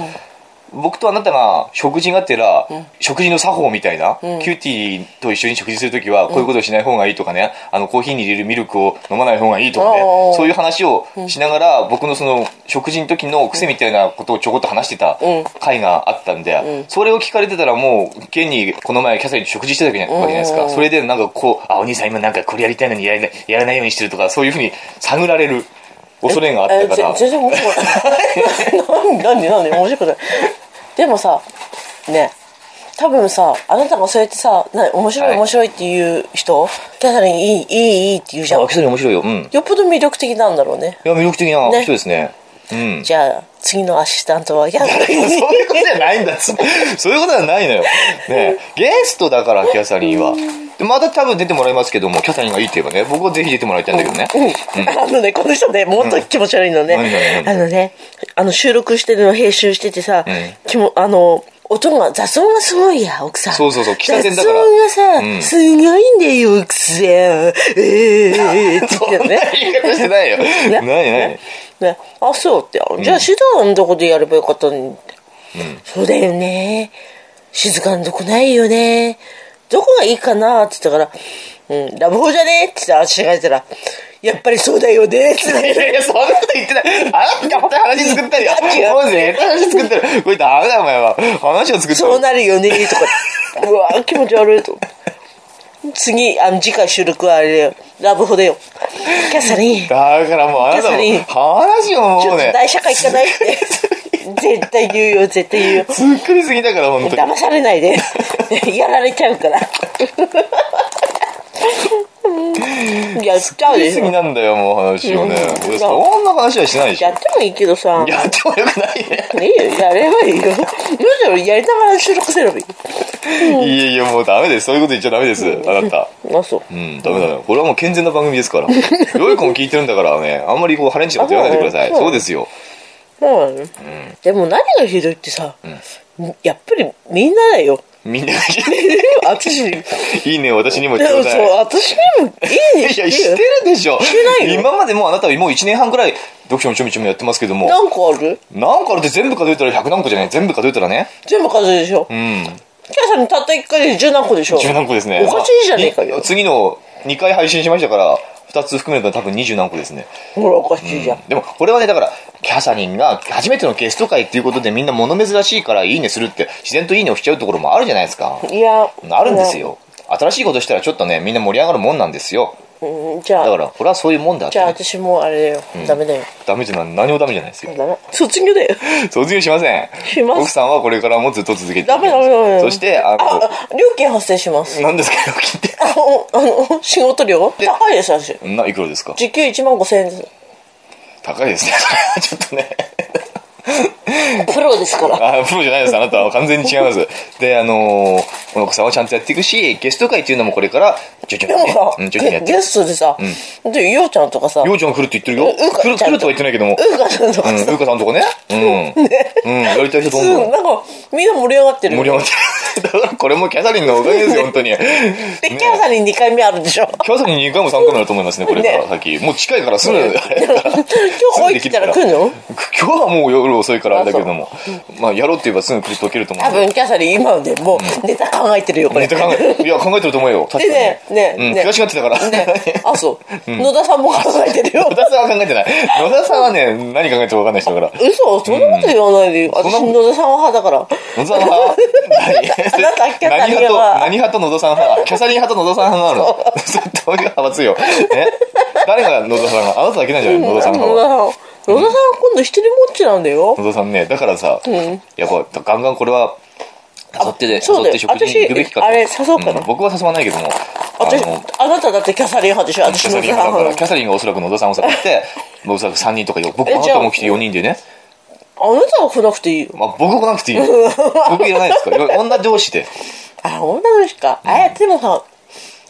Speaker 1: 僕とあなたが食事がてら、食事の作法みたいな、キューティーと一緒に食事するときはこういうことをしない方がいいとかね、あのコーヒーに入れるミルクを飲まない方がいいとかね
Speaker 2: おー
Speaker 1: そういう話をしながら、僕のその食事の時の癖みたいなことをちょこっと話してた
Speaker 2: ん
Speaker 1: 回があったんで、それを聞かれてたらもう現にこの前キャサリンと食事してたわけじゃないわけじゃないです
Speaker 2: う
Speaker 1: か
Speaker 2: ん
Speaker 1: それでなんかこうあお兄さん今なんかこれやりたいのにやらないやらないようにしてるとかそういうふうに探られる恐れがあっ
Speaker 2: え
Speaker 1: たから
Speaker 2: ぜ全然面白
Speaker 1: (laughs)
Speaker 2: くない何何何面白くないでもさね多分さあなたがそうやってさな面白い、
Speaker 1: はい
Speaker 2: 面白いっていう人キャサリンいいいいいいって言うじゃん
Speaker 1: あキャサリン面白いようん
Speaker 2: よっぽど魅力的なんだろうね
Speaker 1: いや魅力的な
Speaker 2: ね
Speaker 1: 人ですねうん (laughs)
Speaker 2: じゃあ次のアシスタントはや
Speaker 1: そういうことじゃないんだっつってそういうことじゃないのよ。ねえゲストだから、キャサリンは。でまた多分出てもらいますけども、キャサリンがいいって言えばね、僕はぜひ出てもらいたいんだけどね。 (laughs)
Speaker 2: あのね、この人ね、もっと気持ち悪いのね。
Speaker 1: 何何何
Speaker 2: あのね、あの収録してるの編集しててさ、
Speaker 1: ん
Speaker 2: きもあの、音が、雑音がすごいや、奥さん。
Speaker 1: そうそうそう喫茶店だから
Speaker 2: 雑音がさ、
Speaker 1: うん
Speaker 2: すごいんだよ、奥さん。ええー、って
Speaker 1: そん
Speaker 2: 言っ
Speaker 1: な
Speaker 2: てね。
Speaker 1: (laughs) 言い方してないよ。ないない。
Speaker 2: ね、あ、そうって。じゃあ、手段のとこでやればよかったのにって。そうだよね。静かなとこないよね。どこがいいかなって言ったから、うん、ラブホじゃねって言って私が言ったら、やっぱりそうだよねって言っ
Speaker 1: い
Speaker 2: て。
Speaker 1: やいや、そんなこと言ってない。あなたがまた話作ったりよ。もう絶対話作ってる。これダメだよ、お前は。話を作って
Speaker 2: そう
Speaker 1: る。
Speaker 2: なるよね
Speaker 1: (laughs)
Speaker 2: とかうわー気持ち悪いと思って次あの次回収録はあれだよラブホだよキャサリン
Speaker 1: だからもうあなたも
Speaker 2: キャ
Speaker 1: 話を
Speaker 2: ちょ
Speaker 1: も
Speaker 2: っと
Speaker 1: うね、
Speaker 2: 大社会行かないって
Speaker 1: (laughs)
Speaker 2: 絶対言うよ絶対言うよ
Speaker 1: 作りすぎだから、本当に。
Speaker 2: 騙されない
Speaker 1: (laughs)
Speaker 2: でやられちゃうからやっちゃう
Speaker 1: 作り
Speaker 2: でし
Speaker 1: す
Speaker 2: ょ
Speaker 1: ぎなんだよ、もう話をね。俺そんな話はしないでしょ
Speaker 2: やっ。てもいいけどさ
Speaker 1: やってもよくないね。
Speaker 2: いいよやればいいよどうしようやりながら収録すればいい
Speaker 1: いやいや、もうダメです。そういうこと言っちゃダメです。あなた。
Speaker 2: あそう
Speaker 1: うん、ダメだよ。これはもう健全な番組です
Speaker 2: (laughs)
Speaker 1: から。良い子も聞いてるんだからね、あんまりこう、ハレンチなこと言わないでください。
Speaker 2: あそう
Speaker 1: そうですよ。
Speaker 2: まあね、でも何がひどいってさ、やっぱりみんなだよ
Speaker 1: みんな、
Speaker 2: (laughs)
Speaker 1: (laughs)
Speaker 2: 私に
Speaker 1: いいね、私にも
Speaker 2: で
Speaker 1: ちょ
Speaker 2: も
Speaker 1: う
Speaker 2: そ
Speaker 1: だ
Speaker 2: う
Speaker 1: い。
Speaker 2: 私にもい
Speaker 1: い
Speaker 2: いね
Speaker 1: や、
Speaker 2: し
Speaker 1: して
Speaker 2: て
Speaker 1: る
Speaker 2: よ
Speaker 1: でしょ。
Speaker 2: てないよ
Speaker 1: 今までもうあなたはもう1年半くらい、読書もちょみちょみやってますけども、
Speaker 2: 何個ある
Speaker 1: 何からって全部数えたら100何個じゃない全部数えたらね。
Speaker 2: 全部数えでしょ、
Speaker 1: うん。
Speaker 2: キャサリンたった1回で十何個でしょ
Speaker 1: 十何個ですね。
Speaker 2: おかしいじゃねえかよ
Speaker 1: まあに次の2回配信しましたから、2つ含めると多分20何個ですね。
Speaker 2: ほらおかしいじゃん、
Speaker 1: でも、これはね、だから、キャサリンが初めてのゲスト会っていうことでみんな物珍しいからいいねするって、自然といいねをしちゃうところもあるじゃないですか。
Speaker 2: いや
Speaker 1: あるんですよ。新しいことしたらちょっとね、みんな盛り上がるもんなんですよ。
Speaker 2: うんじゃ
Speaker 1: だか
Speaker 2: あ
Speaker 1: ら、これはそういうもんだって
Speaker 2: じゃあ私もあれだよ、ダメだよ
Speaker 1: ダメじゃない、何もダメじゃないですよ。
Speaker 2: ダメ卒業だよ
Speaker 1: 卒業しません。
Speaker 2: します
Speaker 1: 奥さんはこれからもずっと続けていきます
Speaker 2: ダメダメダメダメ
Speaker 1: そして、あ
Speaker 2: あ
Speaker 1: の、
Speaker 2: あ料金発生します
Speaker 1: 何ですか、料金って。
Speaker 2: あのあの仕事料高いです私
Speaker 1: な、いくらですか
Speaker 2: 時給1万5000円です
Speaker 1: 高いですね。ちょっとね。
Speaker 2: プロですから
Speaker 1: あプロじゃないです、あなたは完全に違います。で、あのー、奥さんはちゃんとやっていくし、ゲスト会っていうのもこれから、徐々
Speaker 2: で
Speaker 1: にね
Speaker 2: もさ、、
Speaker 1: うん、徐々にや
Speaker 2: ゲ
Speaker 1: ってい
Speaker 2: ゲ
Speaker 1: く。
Speaker 2: ストでさ、で、ようちゃんとかさ、
Speaker 1: よ
Speaker 2: う
Speaker 1: うちゃん来るって言ってるよ。
Speaker 2: ううか
Speaker 1: 来る
Speaker 2: ち
Speaker 1: 来
Speaker 2: ゃん
Speaker 1: ると
Speaker 2: と
Speaker 1: は言ってないけども。
Speaker 2: かちゃんと
Speaker 1: う
Speaker 2: か
Speaker 1: ん、
Speaker 2: さ、
Speaker 1: うかさんとかね。
Speaker 2: (laughs)
Speaker 1: うん。うん、やりたい人どん
Speaker 2: うん
Speaker 1: どん。
Speaker 2: なんか、みんな盛り上がってる
Speaker 1: 盛
Speaker 2: よ。
Speaker 1: り上がってる。だから (laughs) これもキャサリンのおかげですよ、本当に。
Speaker 2: で、キャサリン2回目あるでしょ。
Speaker 1: キャサリン2回も3回もだと思いますね、これから
Speaker 2: ね
Speaker 1: 先。もう近いからすぐ、あれ
Speaker 2: 今日来いって言ったら来るの
Speaker 1: (laughs) 今日はもう夜遅いからあれだけども。まあ、やろうって言えばすぐクリッと起きると思う
Speaker 2: 多
Speaker 1: んで。
Speaker 2: 分キャサリン今でもうネタ考えてるよ、これ。
Speaker 1: ネタ考え、いや、考えてると思うよ。確かに。
Speaker 2: ねねね
Speaker 1: うん、
Speaker 2: ね
Speaker 1: 悔しがってたから。
Speaker 2: ねあ、そう。野田さんも考えてるよ
Speaker 1: 野。田さんは考えてない。野田さんはね、何考えても分かんない人だから。
Speaker 2: 嘘そんなこと言わないでよ。私、
Speaker 1: そんな
Speaker 2: 野田さんは派だから。
Speaker 1: 野田さんは
Speaker 2: (laughs) あなたキャサリン
Speaker 1: 何
Speaker 2: は
Speaker 1: 派と、何派と野田さん派キャサリン派と野田さん派なの。それどういう派閥よ。え誰が野田さん派あなただけなんじゃない野田さん
Speaker 2: 野田さん
Speaker 1: 派は。
Speaker 2: 野田さんは今度一人ぼっちなんだよ。
Speaker 1: 野田さんね、だからさ、やっぱガンガンこれは、誘ってで、
Speaker 2: そう
Speaker 1: 誘っ
Speaker 2: だよ
Speaker 1: て食事に行くべきかと
Speaker 2: 私あれ誘おうかなん
Speaker 1: 僕は誘わないけども、あ
Speaker 2: 私
Speaker 1: の、
Speaker 2: あなただってキャサリン派でしょ私
Speaker 1: キャ
Speaker 2: の
Speaker 1: サ
Speaker 2: キ
Speaker 1: リン
Speaker 2: ャサ
Speaker 1: 派だから、
Speaker 2: リン派
Speaker 1: キャサリンがおそらく野田さんを誘って、おそらく3人とかよ、僕
Speaker 2: え
Speaker 1: もあな
Speaker 2: じゃあ
Speaker 1: たも来て4人でね。
Speaker 2: あなたは来なくていいよ
Speaker 1: まあ、僕来なくて
Speaker 2: (laughs)
Speaker 1: いいよ。僕いらないですから。いや女同士で。
Speaker 2: あ女の子か、えでもさ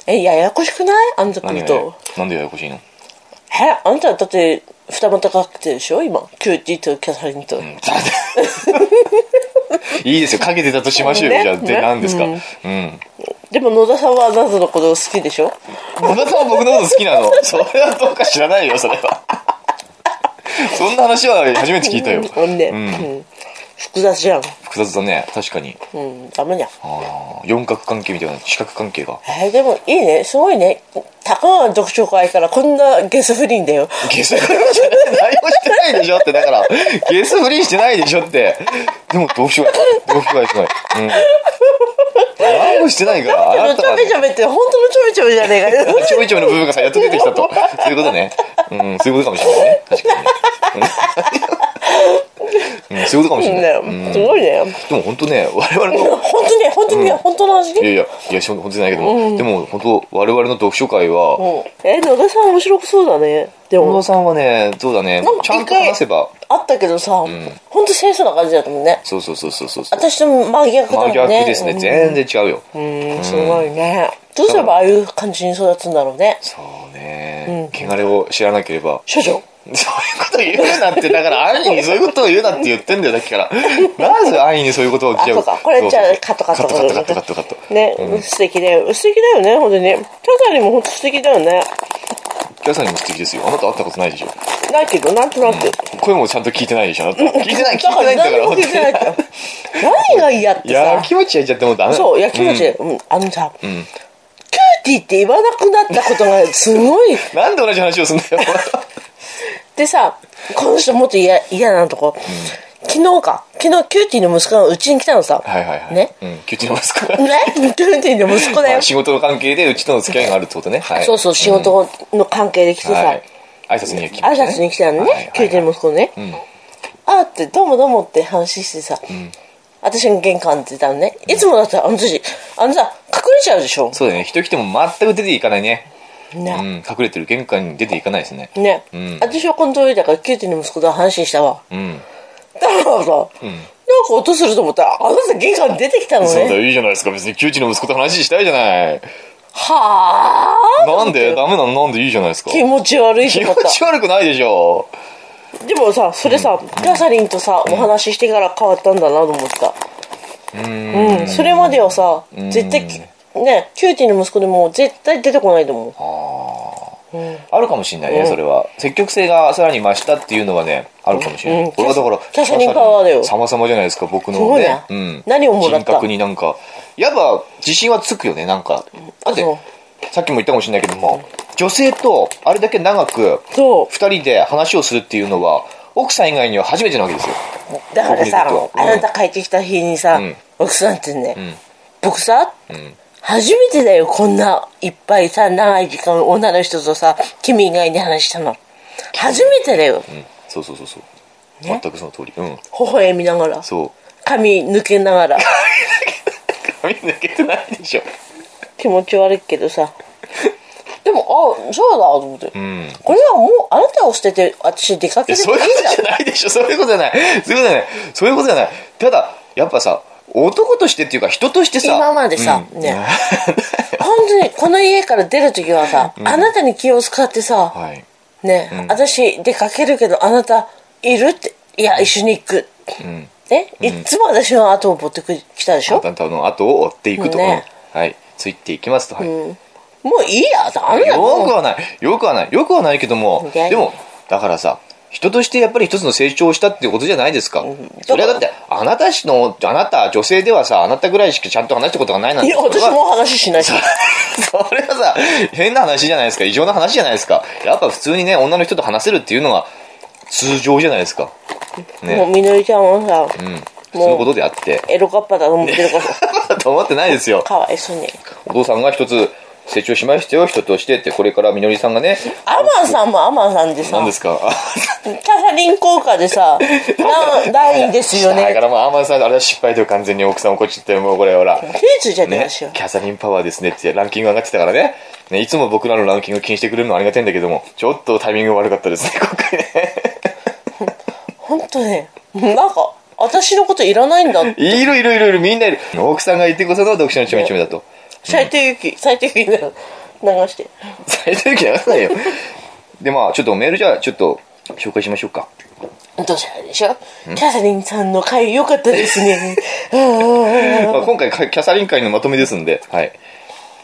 Speaker 2: えややこしくないあんた来
Speaker 1: 何
Speaker 2: る
Speaker 1: が
Speaker 2: と
Speaker 1: ねなんでややこしいの (laughs)
Speaker 2: えあんただって二股かけてるでしょ今キューティーとキャサリンと、
Speaker 1: いいですよ、かけてたとしましょうよ。
Speaker 2: ね
Speaker 1: じゃあ、で、
Speaker 2: ね
Speaker 1: 何ですか。うん。
Speaker 2: でも野田さんはあなたのこと好きでしょ
Speaker 1: 野田さんは僕のこと好きなの。それはどうか知らないよ、それは。 (laughs) そんな話は初めて聞いたよ。
Speaker 2: うんね、うん複雑じゃん
Speaker 1: 複雑だね、確かに。
Speaker 2: うんダメじゃん
Speaker 1: あー四角関係みたいな、四角関係が。
Speaker 2: えでもいいねすごいねたかが読書会からこんなゲス不倫だよ
Speaker 1: ゲス不倫してない、何もしてないでしょって、だから、ゲス不倫してないでしょって。でも、どうしよう、どうしようすごい。うん。何もしてないから、あなた
Speaker 2: ちょ
Speaker 1: がね
Speaker 2: めちょめって本当のちょめちょめじゃねえかよ
Speaker 1: ちょいちょいの部分がさ、やっと出てきたと。そういうことね。うん、そういうことかもしれないね。確かにね。うんそういうことかもしれない。
Speaker 2: ね、すごいね。
Speaker 1: でも本当ね、我々の、
Speaker 2: 本当ね、本当にね、本当の話
Speaker 1: いやいや、いや、しょ本当じゃないけども、でも本当、我々の読書会は、
Speaker 2: うんえ、野田さん面白くそうだね。で
Speaker 1: 小
Speaker 2: も
Speaker 1: 野、さんはね、どうだね
Speaker 2: なん、か
Speaker 1: ちゃん
Speaker 2: 一
Speaker 1: と
Speaker 2: 回
Speaker 1: 話せば、
Speaker 2: あったけどさ、本当清楚な感じだったもんね。
Speaker 1: そうそうそうそうそう。
Speaker 2: 私と真逆だもん
Speaker 1: 真
Speaker 2: ね。
Speaker 1: 逆ですね、全然違うよ。
Speaker 2: うん、すごいね。どうすればああいう感じに育つんだろうね。
Speaker 1: そうね、汚れを知らなければ、
Speaker 2: 処女
Speaker 1: そういうこと言うなって、だから、安易にそういうことを言うなって言ってんだよ、だっきから。なぜ安易にそういうことを言っちゃ
Speaker 2: あそううかこれじゃあ
Speaker 1: そうそう
Speaker 2: カットカット
Speaker 1: カットカットカットカットカット。
Speaker 2: ね、素敵だよ。素敵だよね、本当に。ただにも本当素敵だよね。
Speaker 1: キャサリンも素敵ですよ。あなた会ったことないでしょ。
Speaker 2: ないけど、なんとなく。
Speaker 1: 声もちゃんと聞いてないでしょ、あなた。聞いてない、聞いてないんだか
Speaker 2: 何
Speaker 1: ら、
Speaker 2: も
Speaker 1: 本
Speaker 2: 聞
Speaker 1: 当
Speaker 2: い
Speaker 1: に。
Speaker 2: てないから何が嫌って
Speaker 1: いやー、
Speaker 2: さ。
Speaker 1: 気持ち焼いちゃってもうダメだ
Speaker 2: そう、やきもち、
Speaker 1: うん
Speaker 2: うん、あのさ、キューティーって言わなくなったことがすご
Speaker 1: (laughs)
Speaker 2: い。
Speaker 1: なんで同じ話をすんだよ。
Speaker 2: でさ、この人もっと嫌嫌なとこ、昨日か、昨日キューティーの息子がうちに来たのさ。
Speaker 1: はいはいはい。
Speaker 2: ね。
Speaker 1: うん、キュッチのマスクが。
Speaker 2: ねキューティーの息子だ
Speaker 1: ま
Speaker 2: よ
Speaker 1: あ。仕事の関係でうちとの付き合いがあるってことね。はい。
Speaker 2: そうそう、仕事の関係で来てさ、
Speaker 1: はい。挨拶には来ま
Speaker 2: 挨
Speaker 1: した
Speaker 2: 拶に来たの
Speaker 1: はいはい
Speaker 2: ね、キューティーの息子のね。あーって、どうもどうもって話してさ、私が玄関って言ったのね。いつもだったら、あの時、あのさ、隠れちゃうでしょ。
Speaker 1: そうだね。人来ても全く出ていかないね。う
Speaker 2: ね。
Speaker 1: ん、隠れてる玄関に出ていかないですね。
Speaker 2: ね、
Speaker 1: うん
Speaker 2: 私はこの通りだから、キューティーの息子と話したわ。
Speaker 1: うん。
Speaker 2: だからさ、なんか音すると思ったら、あなた玄関に出てきたの
Speaker 1: そうだ
Speaker 2: ね。
Speaker 1: よ、いいじゃないですか。別に窮地の息子と話したいじゃない。
Speaker 2: はあ。
Speaker 1: なんでダメなのなんでいいじゃないですか。
Speaker 2: 気持ち悪いと
Speaker 1: 気
Speaker 2: 思っ
Speaker 1: 持ち悪くないでしょ。
Speaker 2: た。でもさ、それさ、キャサリンとさ、お話ししてから変わったんだなと思った。うん。それまではさ、絶対、ね、キューティーの息子でも絶対出てこないと思う。
Speaker 1: あるかもしれないね、それは。積極性がさらに増したっていうのはね、あるかもしれ
Speaker 2: う
Speaker 1: なんい。これはだから、
Speaker 2: キャサリンパワーだよ
Speaker 1: 様々じゃないですか、僕
Speaker 2: す
Speaker 1: の
Speaker 2: ごい
Speaker 1: ね
Speaker 2: ね。
Speaker 1: うん
Speaker 2: 何をもらった
Speaker 1: 人格になんか。やっぱ、自信はつくよね、なんか。だって
Speaker 2: そう、
Speaker 1: さっきも言ったかもしれないけども、女性とあれだけ長く、
Speaker 2: そ
Speaker 1: 二人で話をするっていうのは、奥さん以外には初めてなわけですよ。
Speaker 2: う。だからさ、
Speaker 1: 僕
Speaker 2: あ
Speaker 1: にとってはうん
Speaker 2: なた帰ってきた日にさ、
Speaker 1: ん
Speaker 2: 奥さんってね、僕さ、初めてだよ、こんないっぱいさ、長い時間女の人とさ、君以外に話したの。初めてだよ。
Speaker 1: うんそうそうそうそう。全くその通り。うん。
Speaker 2: 微笑みながら
Speaker 1: そう。
Speaker 2: 髪抜けながら
Speaker 1: 髪抜けてないでしょ。
Speaker 2: 気持ち悪いけどさ (laughs) でもあそうだと思って、
Speaker 1: ん
Speaker 2: これはもうあなたを捨てて私出か
Speaker 1: い
Speaker 2: け
Speaker 1: や、
Speaker 2: て
Speaker 1: そう
Speaker 2: も
Speaker 1: い
Speaker 2: いうい
Speaker 1: こ
Speaker 2: ん
Speaker 1: とじゃないでしょ。そういうことじゃない。そういうことじゃない。そういうことじゃない。ただ、やっぱさ、男としてっていうか人としてさ。
Speaker 2: だ今までさ、
Speaker 1: うん (laughs)
Speaker 2: ね本当にこの家から出る時はさ、あなたに気を使ってさ、
Speaker 1: はい。
Speaker 2: ね、私出かけるけどあなたいるっていや一緒に行く、ねいっつも私の後を追ってくきたでし
Speaker 1: あ
Speaker 2: ょ、
Speaker 1: なたの後を追っていくと。
Speaker 2: ね
Speaker 1: うんはい。ついていきますと。はい。
Speaker 2: もういいやあんな
Speaker 1: よく
Speaker 2: の
Speaker 1: はない。よくはない。よくはないけども。
Speaker 2: ね
Speaker 1: でも、だからさ、人としてやっぱり一つの成長をしたってことじゃないですか。それはだって、あなたしの、あなた、女性ではさ、あなたぐらいしかちゃんと話したことがないなん
Speaker 2: い
Speaker 1: て。
Speaker 2: や私
Speaker 1: それは
Speaker 2: も話しないし
Speaker 1: (laughs) それはさ、変な話じゃないですか。異常な話じゃないですか。やっぱ普通にね、女の人と話せるっていうのが通常じゃないですか。
Speaker 2: もう
Speaker 1: ね。
Speaker 2: みのりちゃんはさ、
Speaker 1: 普通のことであって。 (laughs)
Speaker 2: エロカッパだと思ってるからさ
Speaker 1: と思ってないですよ。
Speaker 2: かわいそうに
Speaker 1: お父さんが一つ成長しましたよ、人としてって。これからみのりさんがね、
Speaker 2: アマンさんもアマンさんでさ
Speaker 1: 何ですか。
Speaker 2: キャサリン効果でさなないんですよ
Speaker 1: だか
Speaker 2: ね
Speaker 1: らもうアーマンさん、あれは失敗で完全に奥さん怒っちゃって、もうこれほら。
Speaker 2: 手ついちゃって
Speaker 1: ね、
Speaker 2: まし
Speaker 1: キ
Speaker 2: よ、
Speaker 1: ャサリンパワーですねってランキング上がってたからねねいつも僕らのランキング気にしてくれるのはありがたいんだけどもちょっとタイミング悪かったですね (laughs) 今回ね
Speaker 2: ほんとねなんか私のこといらないんだって
Speaker 1: いるいるいるいるみんないる奥さんがいてこその読書の一枚一枚だと
Speaker 2: 斉藤由貴斉藤由貴な流して
Speaker 1: 最低限流さないよでまあちょっとメールじゃあちょっと紹介しましょうか
Speaker 2: どうしたらいいでしょうキャサリンさんの回良かったで
Speaker 1: (laughs)
Speaker 2: すねうんうんうん
Speaker 1: まあ、今回かキャサリン会のまとめですんで、はい、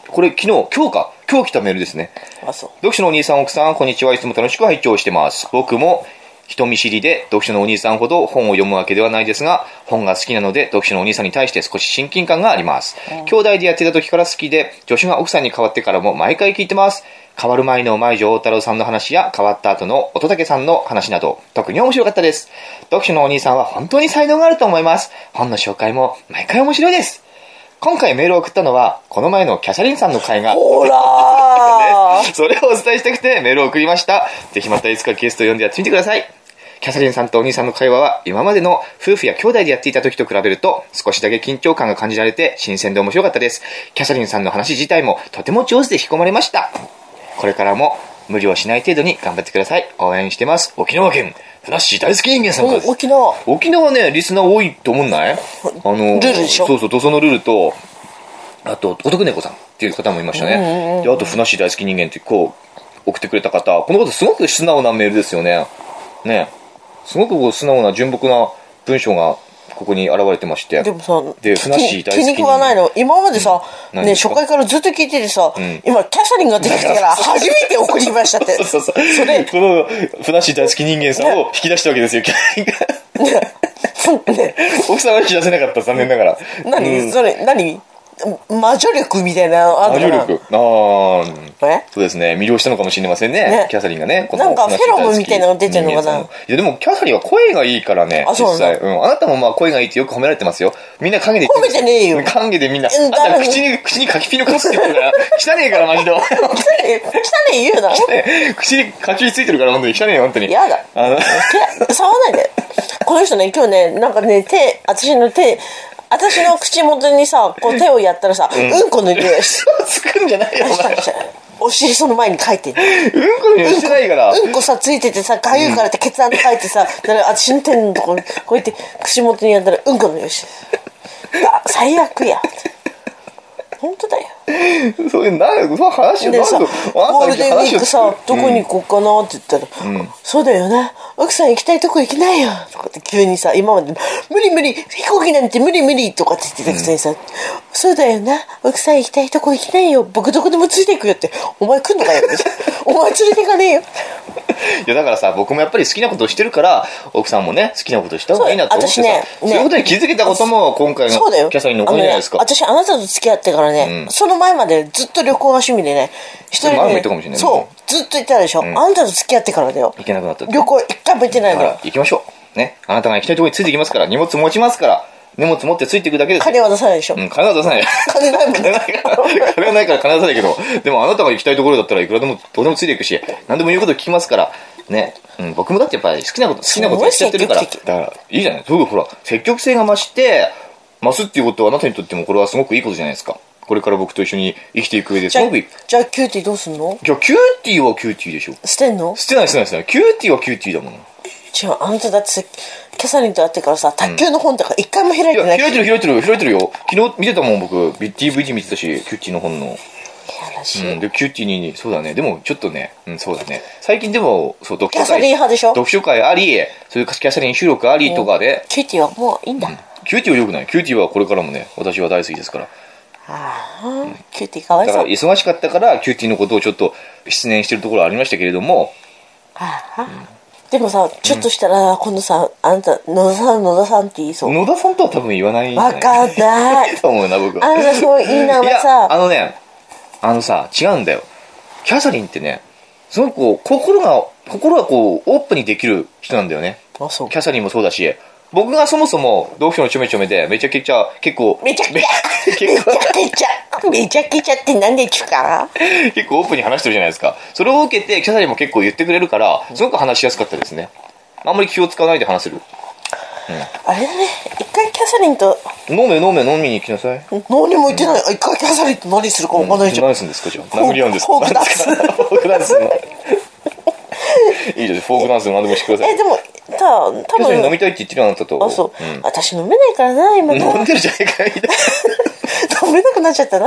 Speaker 1: これ昨日今日か今日来たメールですね
Speaker 2: あそう
Speaker 1: 読書のお兄さん奥さんこんにちはいつも楽しく拝聴してます僕も人見知りで読書のお兄さんほど本を読むわけではないですが本が好きなので読書のお兄さんに対して少し親近感があります、兄弟でやってた時から好きで助手が奥さんに変わってからも毎回聞いてます変わる前の前城太郎さんの話や変わった後の乙武さんの話など特に面白かったです読書のお兄さんは本当に才能があると思います本の紹介も毎回面白いです今回メールを送ったのはこの前のキャサリンさんの会が
Speaker 2: ほらー
Speaker 1: ねそれをお伝えしたくてメールを送りました。ぜひまたいつかゲストを呼んでやってみてください。キャサリンさんとお兄さんの会話は今までの夫婦や兄弟でやっていた時と比べると少しだけ緊張感が感じられて新鮮で面白かったです。キャサリンさんの話自体もとても上手で引き込まれました。これからも無理をしない程度に頑張ってください。応援してます。沖縄県、ふなっしー大好き人間さんからです。
Speaker 2: 沖縄
Speaker 1: 沖縄ね、リスナー多いと思んないあの、
Speaker 2: ルールでしょ
Speaker 1: そうそう、土佐のルールと、あと、男猫さんっていう方もいましたね。で、あと、ふなっしー大好き人間って、こう、送ってくれた方、このことすごく素直なメールですよね。ね。すごくこう素直な純朴な文章が、ここに現れてまして。
Speaker 2: でもさ
Speaker 1: で、ふ
Speaker 2: 気
Speaker 1: なっしー
Speaker 2: に
Speaker 1: 大好
Speaker 2: 気
Speaker 1: き
Speaker 2: に
Speaker 1: 人
Speaker 2: 食わない
Speaker 1: 間。
Speaker 2: の今までさ、
Speaker 1: 何
Speaker 2: ね、
Speaker 1: ですか
Speaker 2: 初回からずっと聞いててさ、今キャサリンが出てきたから初めて送りましたって
Speaker 1: そうそう。
Speaker 2: それ
Speaker 1: この、ふなっしー大好き人間さんを引き出したわけですよ、キャリーが
Speaker 2: ね
Speaker 1: (laughs) 奥さんは引き出せなかった、残念ながら。
Speaker 2: 何、それ何魔女力みたいなのあ
Speaker 1: 魔
Speaker 2: るの
Speaker 1: 女
Speaker 2: かな
Speaker 1: 力。ああ。
Speaker 2: え
Speaker 1: そうですね魅了したのかもしれませんね
Speaker 2: ね
Speaker 1: キャサリンがねこの
Speaker 2: なんか
Speaker 1: 話大好き
Speaker 2: フェロモンみたいなの出てんのかな
Speaker 1: 人間さいやでもキャサリンは声がいいからね
Speaker 2: あそう
Speaker 1: 実
Speaker 2: なの
Speaker 1: 際、うん、あなたもまあ声がいいってよく褒められてますよみんな陰で
Speaker 2: 褒めてねえよ
Speaker 1: 陰でみんなあ
Speaker 2: うんん誰
Speaker 1: た
Speaker 2: も
Speaker 1: 口に口にカキピのカスって言うから汚ねえからマ
Speaker 2: (laughs)
Speaker 1: ジで
Speaker 2: 汚い汚い言うな
Speaker 1: ね口にカキピついてるから本当に汚ねえよ本当に
Speaker 2: やだ
Speaker 1: あの
Speaker 2: 手触らないでこの人ね今日ねなんかね手私の手私の口元にさこう手をやったらさ、うん、この匂いがし
Speaker 1: つくんじゃないよお
Speaker 2: した (laughs)
Speaker 1: 前
Speaker 2: りして (laughs) お尻その前に書いてんの
Speaker 1: うんこの匂いしてないから
Speaker 2: うんこさついててさかゆいからってケツ穴書いてさ、だから私の手のところこうやって口元にやったらうんこの匂いしてあ最悪や本当だよ
Speaker 1: そういうなるそう話を
Speaker 2: で
Speaker 1: 何
Speaker 2: さ
Speaker 1: 度
Speaker 2: ゴールデンウィークさどこに行こうかなって言ったら、そうだよな奥さん行きたいとこ行きなよとかって急にさ今まで「無理無理飛行機なんて無理無理」とかって言ってたくせにさ、そうだよな奥さん行きたいとこ行きなよ僕どこでもついていくよ」って「お前来んのかよ」お前連れていかねえよ」
Speaker 1: いやだからさ僕もやっぱり好きなことをしてるから奥さんもね好きなことした方がいいなと思ってさ
Speaker 2: そう私ね
Speaker 1: そういうことに気づけたことも今回の
Speaker 2: そうだよ
Speaker 1: キャサリンのおかげじゃないですか
Speaker 2: あのね私あなたと付き合ってからね、その前までずっと旅行が趣味でね一人で、
Speaker 1: でも前も言ったかもしれない
Speaker 2: そうずっと行ってたでしょ、あなたと付き合ってからだよ
Speaker 1: 行けなくなったって
Speaker 2: 旅行一回も行ってない
Speaker 1: だ
Speaker 2: か
Speaker 1: からら行きましょうねあなたが行きたいところについていきますから荷物持ちますから荷物持ってついていくだけですよ
Speaker 2: 金は出さないでしょ、
Speaker 1: うん、金は出さない
Speaker 2: 金ないも
Speaker 1: (laughs)
Speaker 2: ん
Speaker 1: 金ないから金はないから金は出さないけどでもあなたが行きたいところだったらいくらでもどうでもついていくし何でも言うこと聞きますからね、うん、僕もだってやっぱり好きなこと好きなことやっちゃってるから
Speaker 2: す
Speaker 1: だ
Speaker 2: ごい積極
Speaker 1: からいいじゃないそういうほら積極性が増して増すっていうことはあなたにとってもこれはすごくいいことじゃないですかこれから僕と一緒に生きていく上です
Speaker 2: じゃ
Speaker 1: ご
Speaker 2: あ
Speaker 1: くいい
Speaker 2: じゃあキューティーどうすんの
Speaker 1: じゃあキューティーはキューティーでしょ
Speaker 2: 捨てんの
Speaker 1: 捨てない捨てない捨てないキューティーはキューティーだもん
Speaker 2: 違うあなただってさキャサリンと会ってからさ卓球の本とか一回も開い
Speaker 1: い
Speaker 2: てな
Speaker 1: や
Speaker 2: い
Speaker 1: 開いてる開いてる開いてるよ昨日見てたもん僕 DVD 見てたしキューティーの本の
Speaker 2: いやらしい
Speaker 1: うん、でキューティーにそうだねでもちょっとね、うん、そうだね最近でもそう読書
Speaker 2: キャサリン派でしょ
Speaker 1: 読書会ありそういうキャサリン収録ありとかで、
Speaker 2: キューティーはもういいんだ、
Speaker 1: キューティーはよくないキューティーはこれからもね私は大好きですから
Speaker 2: ああキューティーかわい
Speaker 1: だ
Speaker 2: そ
Speaker 1: か
Speaker 2: う
Speaker 1: ら忙しかったからキューティーのことをちょっと失念してるところはありましたけれども
Speaker 2: ああでもさちょっとしたら今度さあなた野田さん野田さんって言いそう
Speaker 1: 野田さんとは多分言わないんじゃ (laughs)
Speaker 2: わ
Speaker 1: ない
Speaker 2: かんない
Speaker 1: と思うな僕は
Speaker 2: あなたすごいいい名
Speaker 1: い
Speaker 2: 前
Speaker 1: やあ
Speaker 2: さ
Speaker 1: のねあのさ違うんだよキャサリンってねすごくこう心が心がこうオープンにできる人なんだよね
Speaker 2: あそう
Speaker 1: キャサリンもそうだし僕がそもそも読書のちょめちょめでめちゃくちゃ結構
Speaker 2: めちゃくちゃ
Speaker 1: め (laughs)
Speaker 2: め
Speaker 1: 結
Speaker 2: ちゃ
Speaker 1: 構
Speaker 2: くちゃめちゃくちゃってなんでちゅうか
Speaker 1: 結構オープンに話してるじゃないですかそれを受けてキャサリンも結構言ってくれるからすごく話しやすかったですねあんまり気を使わないで話せる
Speaker 2: あれだね一回キャサリンと
Speaker 1: 飲め飲め飲みに行きなさい
Speaker 2: 何も言ってないあ一回キャサリンと何するかわかんないじゃん
Speaker 1: 何するんですかじゃあ殴り合うんですか
Speaker 2: フォークダンス
Speaker 1: 何ですかフォークダンスのいいじゃんフォークダンスの何でもしてください
Speaker 2: えでもた多
Speaker 1: キャサリン飲
Speaker 2: 分
Speaker 1: みたいって言ってるあなたと
Speaker 2: あそううん私飲めないからな今な
Speaker 1: 飲んでるじゃないかみたい
Speaker 2: 飲めなくなっちゃったな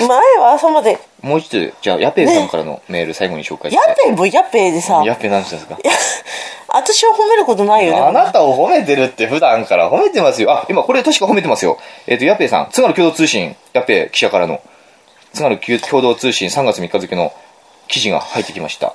Speaker 2: 前は朝まで
Speaker 1: なもう一つじゃあヤペイさんからのメール最後に紹介し
Speaker 2: や
Speaker 1: て
Speaker 2: っぺもやっぺでさい
Speaker 1: ヤ
Speaker 2: や
Speaker 1: ペイ何したんですか
Speaker 2: 私は褒めることないよね
Speaker 1: あなたを褒めてるって普段から褒めてますよあ今これ確か褒めてますよえっ、とヤペイさん津軽共同通信ヤペイ記者からの津軽共同通信3月3日付の記事が入ってきました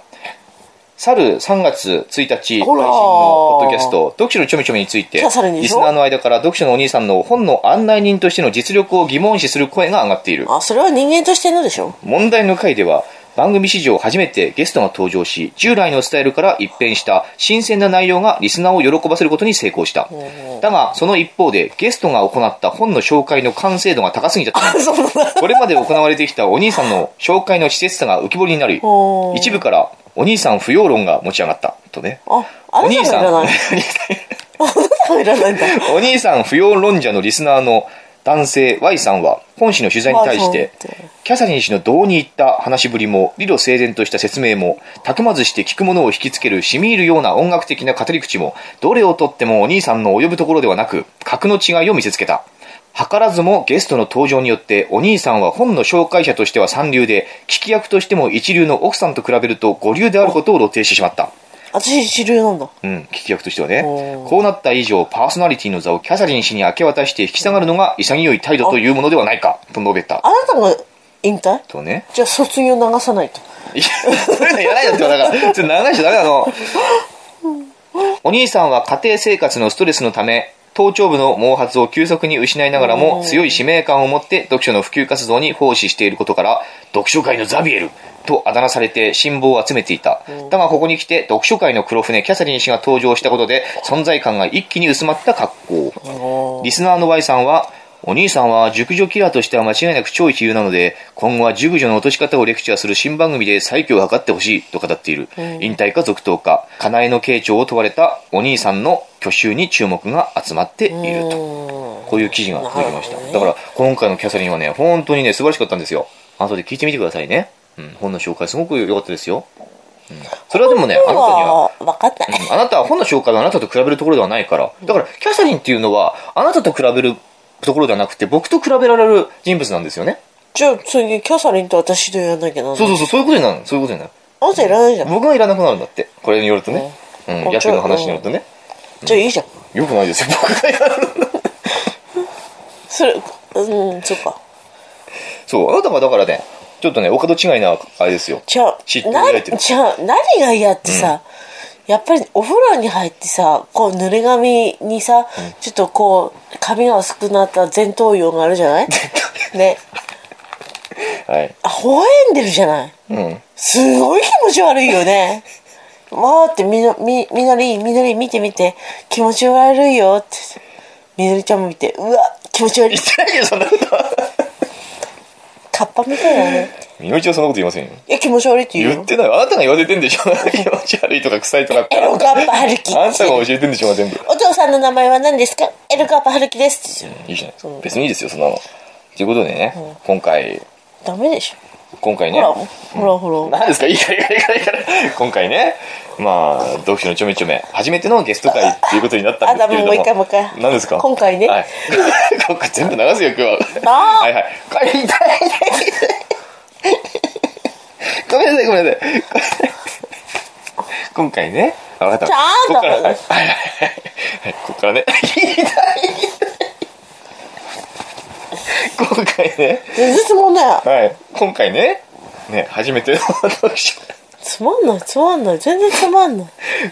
Speaker 1: 去る3月1日配信の
Speaker 2: ほらー
Speaker 1: ポッドキャスト読書のちょめちょめについて
Speaker 2: キャサリン
Speaker 1: リ
Speaker 2: でし
Speaker 1: ス
Speaker 2: ょ
Speaker 1: ナーの間から読書のお兄さんの本の案内人としての実力を疑問視する声が上がっている
Speaker 2: あそれは人間としてのでしょ
Speaker 1: 問題の回では番組史上初めてゲストが登場し従来のスタイルから一変した新鮮な内容がリスナーを喜ばせることに成功しただがその一方でゲストが行った本の紹介の完成度が高すぎたため
Speaker 2: そんな
Speaker 1: これまで行われてきたお兄さんの紹介の稚拙さが浮き彫りになり
Speaker 2: おー
Speaker 1: 一部からお兄さん不要論が持ち上がったとね。
Speaker 2: あ、あ
Speaker 1: お
Speaker 2: な
Speaker 1: 兄
Speaker 2: た
Speaker 1: さん、
Speaker 2: も
Speaker 1: お
Speaker 2: いらない。
Speaker 1: 兄さん
Speaker 2: あなたもいらないんだ。
Speaker 1: (laughs) お兄さん不要論者のリスナーの男性 Y さんは本誌の取材に対して
Speaker 2: Y さんって
Speaker 1: キャサリン氏のどうにいった話しぶりも理路整然とした説明もたくまずして聞くものを引きつけるしみ入るような音楽的な語り口もどれをとってもお兄さんの及ぶところではなく格の違いを見せつけた図らずもゲストの登場によってお兄さんは本の紹介者としては三流で聞き役としても一流の奥さんと比べると五流であることを露呈してしまった
Speaker 2: 私一流なんだ。
Speaker 1: うん、聞き役としてはね
Speaker 2: おー
Speaker 1: こうなった以上パーソナリティの座をキャサリン氏に明け渡して引き下がるのが潔い態度というものではないかと述べた
Speaker 2: あなたが引退
Speaker 1: とね
Speaker 2: じゃあ卒業流さないと。
Speaker 1: いやそれやらないだってだからそれ長いしダメなのお兄さんは家庭生活のストレスのため頭頂部の毛髪を急速に失いながらも強い使命感を持って読書の普及活動に奉仕していることから読書界のザビエルとあだ名されて信望を集めていた、だがここに来て読書界の黒船キャサリン氏が登場したことで存在感が一気に薄まった格好
Speaker 2: お
Speaker 1: リスナーの Y さんは、お兄さんは熟女キラーとしては間違いなく超一流なので、今後は熟女の落とし方をレクチャーする新番組で再起を図ってほしいと語っている。引退か続投か、家内の慶長を問われたお兄さんの去就に注目が集まっていると。こ
Speaker 2: ー
Speaker 1: ういう記事が出てきまし
Speaker 2: なるほど
Speaker 1: た。
Speaker 2: ね
Speaker 1: だから、今回のキャサリンはね、本当にね、素晴らしかったんですよ。後で聞いてみてくださいね。うん、本の紹介すごく良かったですよ。うん、それはでもね、あなたには
Speaker 2: は分かった。
Speaker 1: あなたは本の紹介はあなたと比べるところではないから。だから、キャサリンっていうのは、あなたと比べるところではなくて、僕と比べられる人物なんですよね。
Speaker 2: じゃあ次、キャサリンと私とやんなきゃならない
Speaker 1: そうそうそう、そういうことになるのそういうことになる。
Speaker 2: あなたいらないじゃん。
Speaker 1: 僕がいらなくなるんだって。これによるとね。うん、
Speaker 2: あ
Speaker 1: ヤクの話によるとね。
Speaker 2: じゃあいいじゃん。
Speaker 1: よくないですよ、 (laughs) 僕がいらなくなる。
Speaker 2: それ、うん、そっか。
Speaker 1: そう、あなたがだからね、ちょっとね、お門違いな、あれですよ。 (laughs)
Speaker 2: じゃあ
Speaker 1: 嫉、妬を抱い
Speaker 2: な
Speaker 1: てる
Speaker 2: じゃあ何が嫌ってさ、やっぱりお風呂に入ってさ、こう濡れ髪にさ、ちょっとこう、髪が薄くなった前頭葉があるじゃ
Speaker 1: (laughs)
Speaker 2: ないね。
Speaker 1: はい。
Speaker 2: あ、ほえんでるじゃない。
Speaker 1: うん。
Speaker 2: すごい気持ち悪いよね。わーってみの、み、みのり、みのり見て見て、気持ち悪いよって。みのりちゃんも見て、うわ、気持ち悪い
Speaker 1: 言っ。てないよ、そんなこと。
Speaker 2: カッパみたいだね。
Speaker 1: みのりちゃんそんなこと言いませんよ。
Speaker 2: (laughs) いや、気持ち悪いって言う
Speaker 1: 言
Speaker 2: よ
Speaker 1: っ。てない。あなたが言われてんでしょ。 (laughs) 気持ち悪いとか臭いとか。
Speaker 2: エロ
Speaker 1: あ
Speaker 2: カッパ春樹。
Speaker 1: んたが教えてんでしょ、全部。
Speaker 2: お父さんの名前は何ですかエルカーパ春樹ですって
Speaker 1: いいじゃないですか。別にいいですよ、そんなの。ということでね、今回、
Speaker 2: ダメでし
Speaker 1: 今回
Speaker 2: ょ
Speaker 1: ね
Speaker 2: ほら、、ほらほら。
Speaker 1: 何ですか、いいからいいからいいからいいから、今回ね、まあ、読書のちょめちょめ、初めてのゲスト会っていうことになったんですけれども。
Speaker 2: あダメもう一回もう一回
Speaker 1: 何ですか
Speaker 2: 今回ね
Speaker 1: はい。 (laughs) 今回全部流すよ、今日は。
Speaker 2: あー
Speaker 1: はいはい。これ痛い痛い痛いごめんなさい、ごめんなさい。 (laughs) 今回ね、あわかった。
Speaker 2: ちゃんと
Speaker 1: こっから、はいはいはいはい。こっからね、痛い痛い今回ね、
Speaker 2: 全然つまんない。
Speaker 1: はい、今回ね、ね、初めての読書、
Speaker 2: つまんない、つまんない。全然つまんない。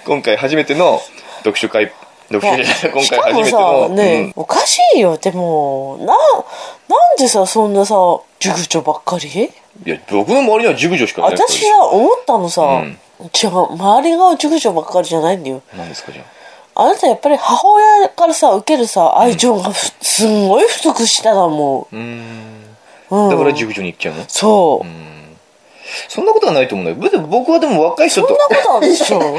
Speaker 1: 今回初めての読書会、読書会じゃない、 (laughs) 今
Speaker 2: し
Speaker 1: 回
Speaker 2: か
Speaker 1: 初め
Speaker 2: も
Speaker 1: て
Speaker 2: さ
Speaker 1: の、、
Speaker 2: ね、おかしいよ。でも、な、なんでさ、そんなさ、熟女ばっかり
Speaker 1: うん、いや、僕の周りには熟女しかいない人
Speaker 2: 私は思ったのさ、
Speaker 1: うん
Speaker 2: 違う、周りが熟女ばっかりじゃないんだよ。
Speaker 1: 何ですか、じゃあ。
Speaker 2: あなたやっぱり母親からさ、受けるさ、愛情がふすんごい不足したな、も
Speaker 1: うーん。
Speaker 2: う。うん。
Speaker 1: だから熟女に行っちゃうの、
Speaker 2: そう。
Speaker 1: そんなことはないと思うんだよ。でも僕はでも若い人
Speaker 2: そ
Speaker 1: と
Speaker 2: ん
Speaker 1: (laughs)
Speaker 2: な、ことあるでしょ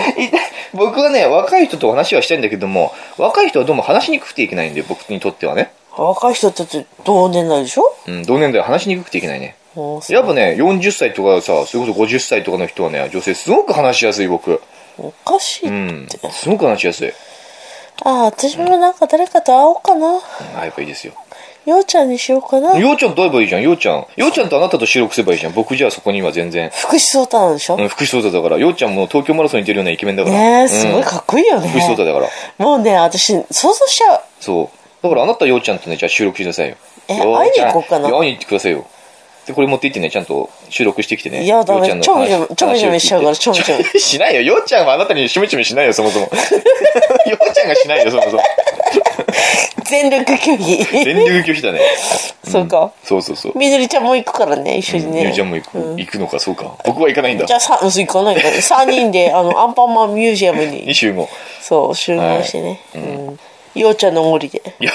Speaker 1: 僕はね、若い人と話はしたいんだけども、若い人はどうも話しにくくていけないんで、僕にとってはね。
Speaker 2: 若い人たち同年代でしょ
Speaker 1: うん、同年代は話しにくくていけないね。
Speaker 2: もうさ
Speaker 1: やっぱね、40歳とかさ、それこそ50歳とかの人はね、女性すごく話しやすい、僕。
Speaker 2: おかしい、
Speaker 1: うん、すごく話しやすい。
Speaker 2: ああ私もなんか誰かと会おうかな
Speaker 1: あ、やっぱいいですよ。
Speaker 2: ようちゃんにしようかな
Speaker 1: ようちゃんと会えばいいじゃん、ようちゃん。ようちゃんとあなたと収録すればいいじゃん。僕じゃあそこには全然。
Speaker 2: 福士蒼太なんでしょ、
Speaker 1: うん、福士蒼太だから、ようちゃんも東京マラソンに出るようなイケメンだから。
Speaker 2: ねえすごい
Speaker 1: うん
Speaker 2: かっこいいよね、
Speaker 1: 福士蒼太だから。
Speaker 2: もうね私想像しちゃう
Speaker 1: そう。だからあなたようちゃんとね、じゃあ収録しなさいよ。
Speaker 2: え
Speaker 1: よちゃん
Speaker 2: 会いに行こうかな
Speaker 1: や会いに行ってくださいよ。で、これ持って行ってね、ちゃんと収録してきてね。
Speaker 2: いやダメ
Speaker 1: よう
Speaker 2: ちょめちょめ
Speaker 1: 話
Speaker 2: ちょめちょめしちゃうから
Speaker 1: 話を聞いて
Speaker 2: ちょめち
Speaker 1: しないよ。ようちゃんはあなたにちょめちょめしないよ、そ
Speaker 2: (laughs)
Speaker 1: もそも。ようちゃんがしないよ、そもそも。
Speaker 2: 全力競技
Speaker 1: 全力拒否だね。
Speaker 2: (laughs) そうか
Speaker 1: そうそうそう。
Speaker 2: みどりちゃんも行くからね一緒にね、
Speaker 1: ゆうちゃんも行く,、行くのか、そうか。僕は行かないんだ
Speaker 2: じ。ゃあさうん行かな
Speaker 1: (laughs)
Speaker 2: いから3人であのアンパンマンミュージアム
Speaker 1: に
Speaker 2: に
Speaker 1: 集合。 (laughs)
Speaker 2: そう集合してね、うんようちゃんの森で
Speaker 1: いや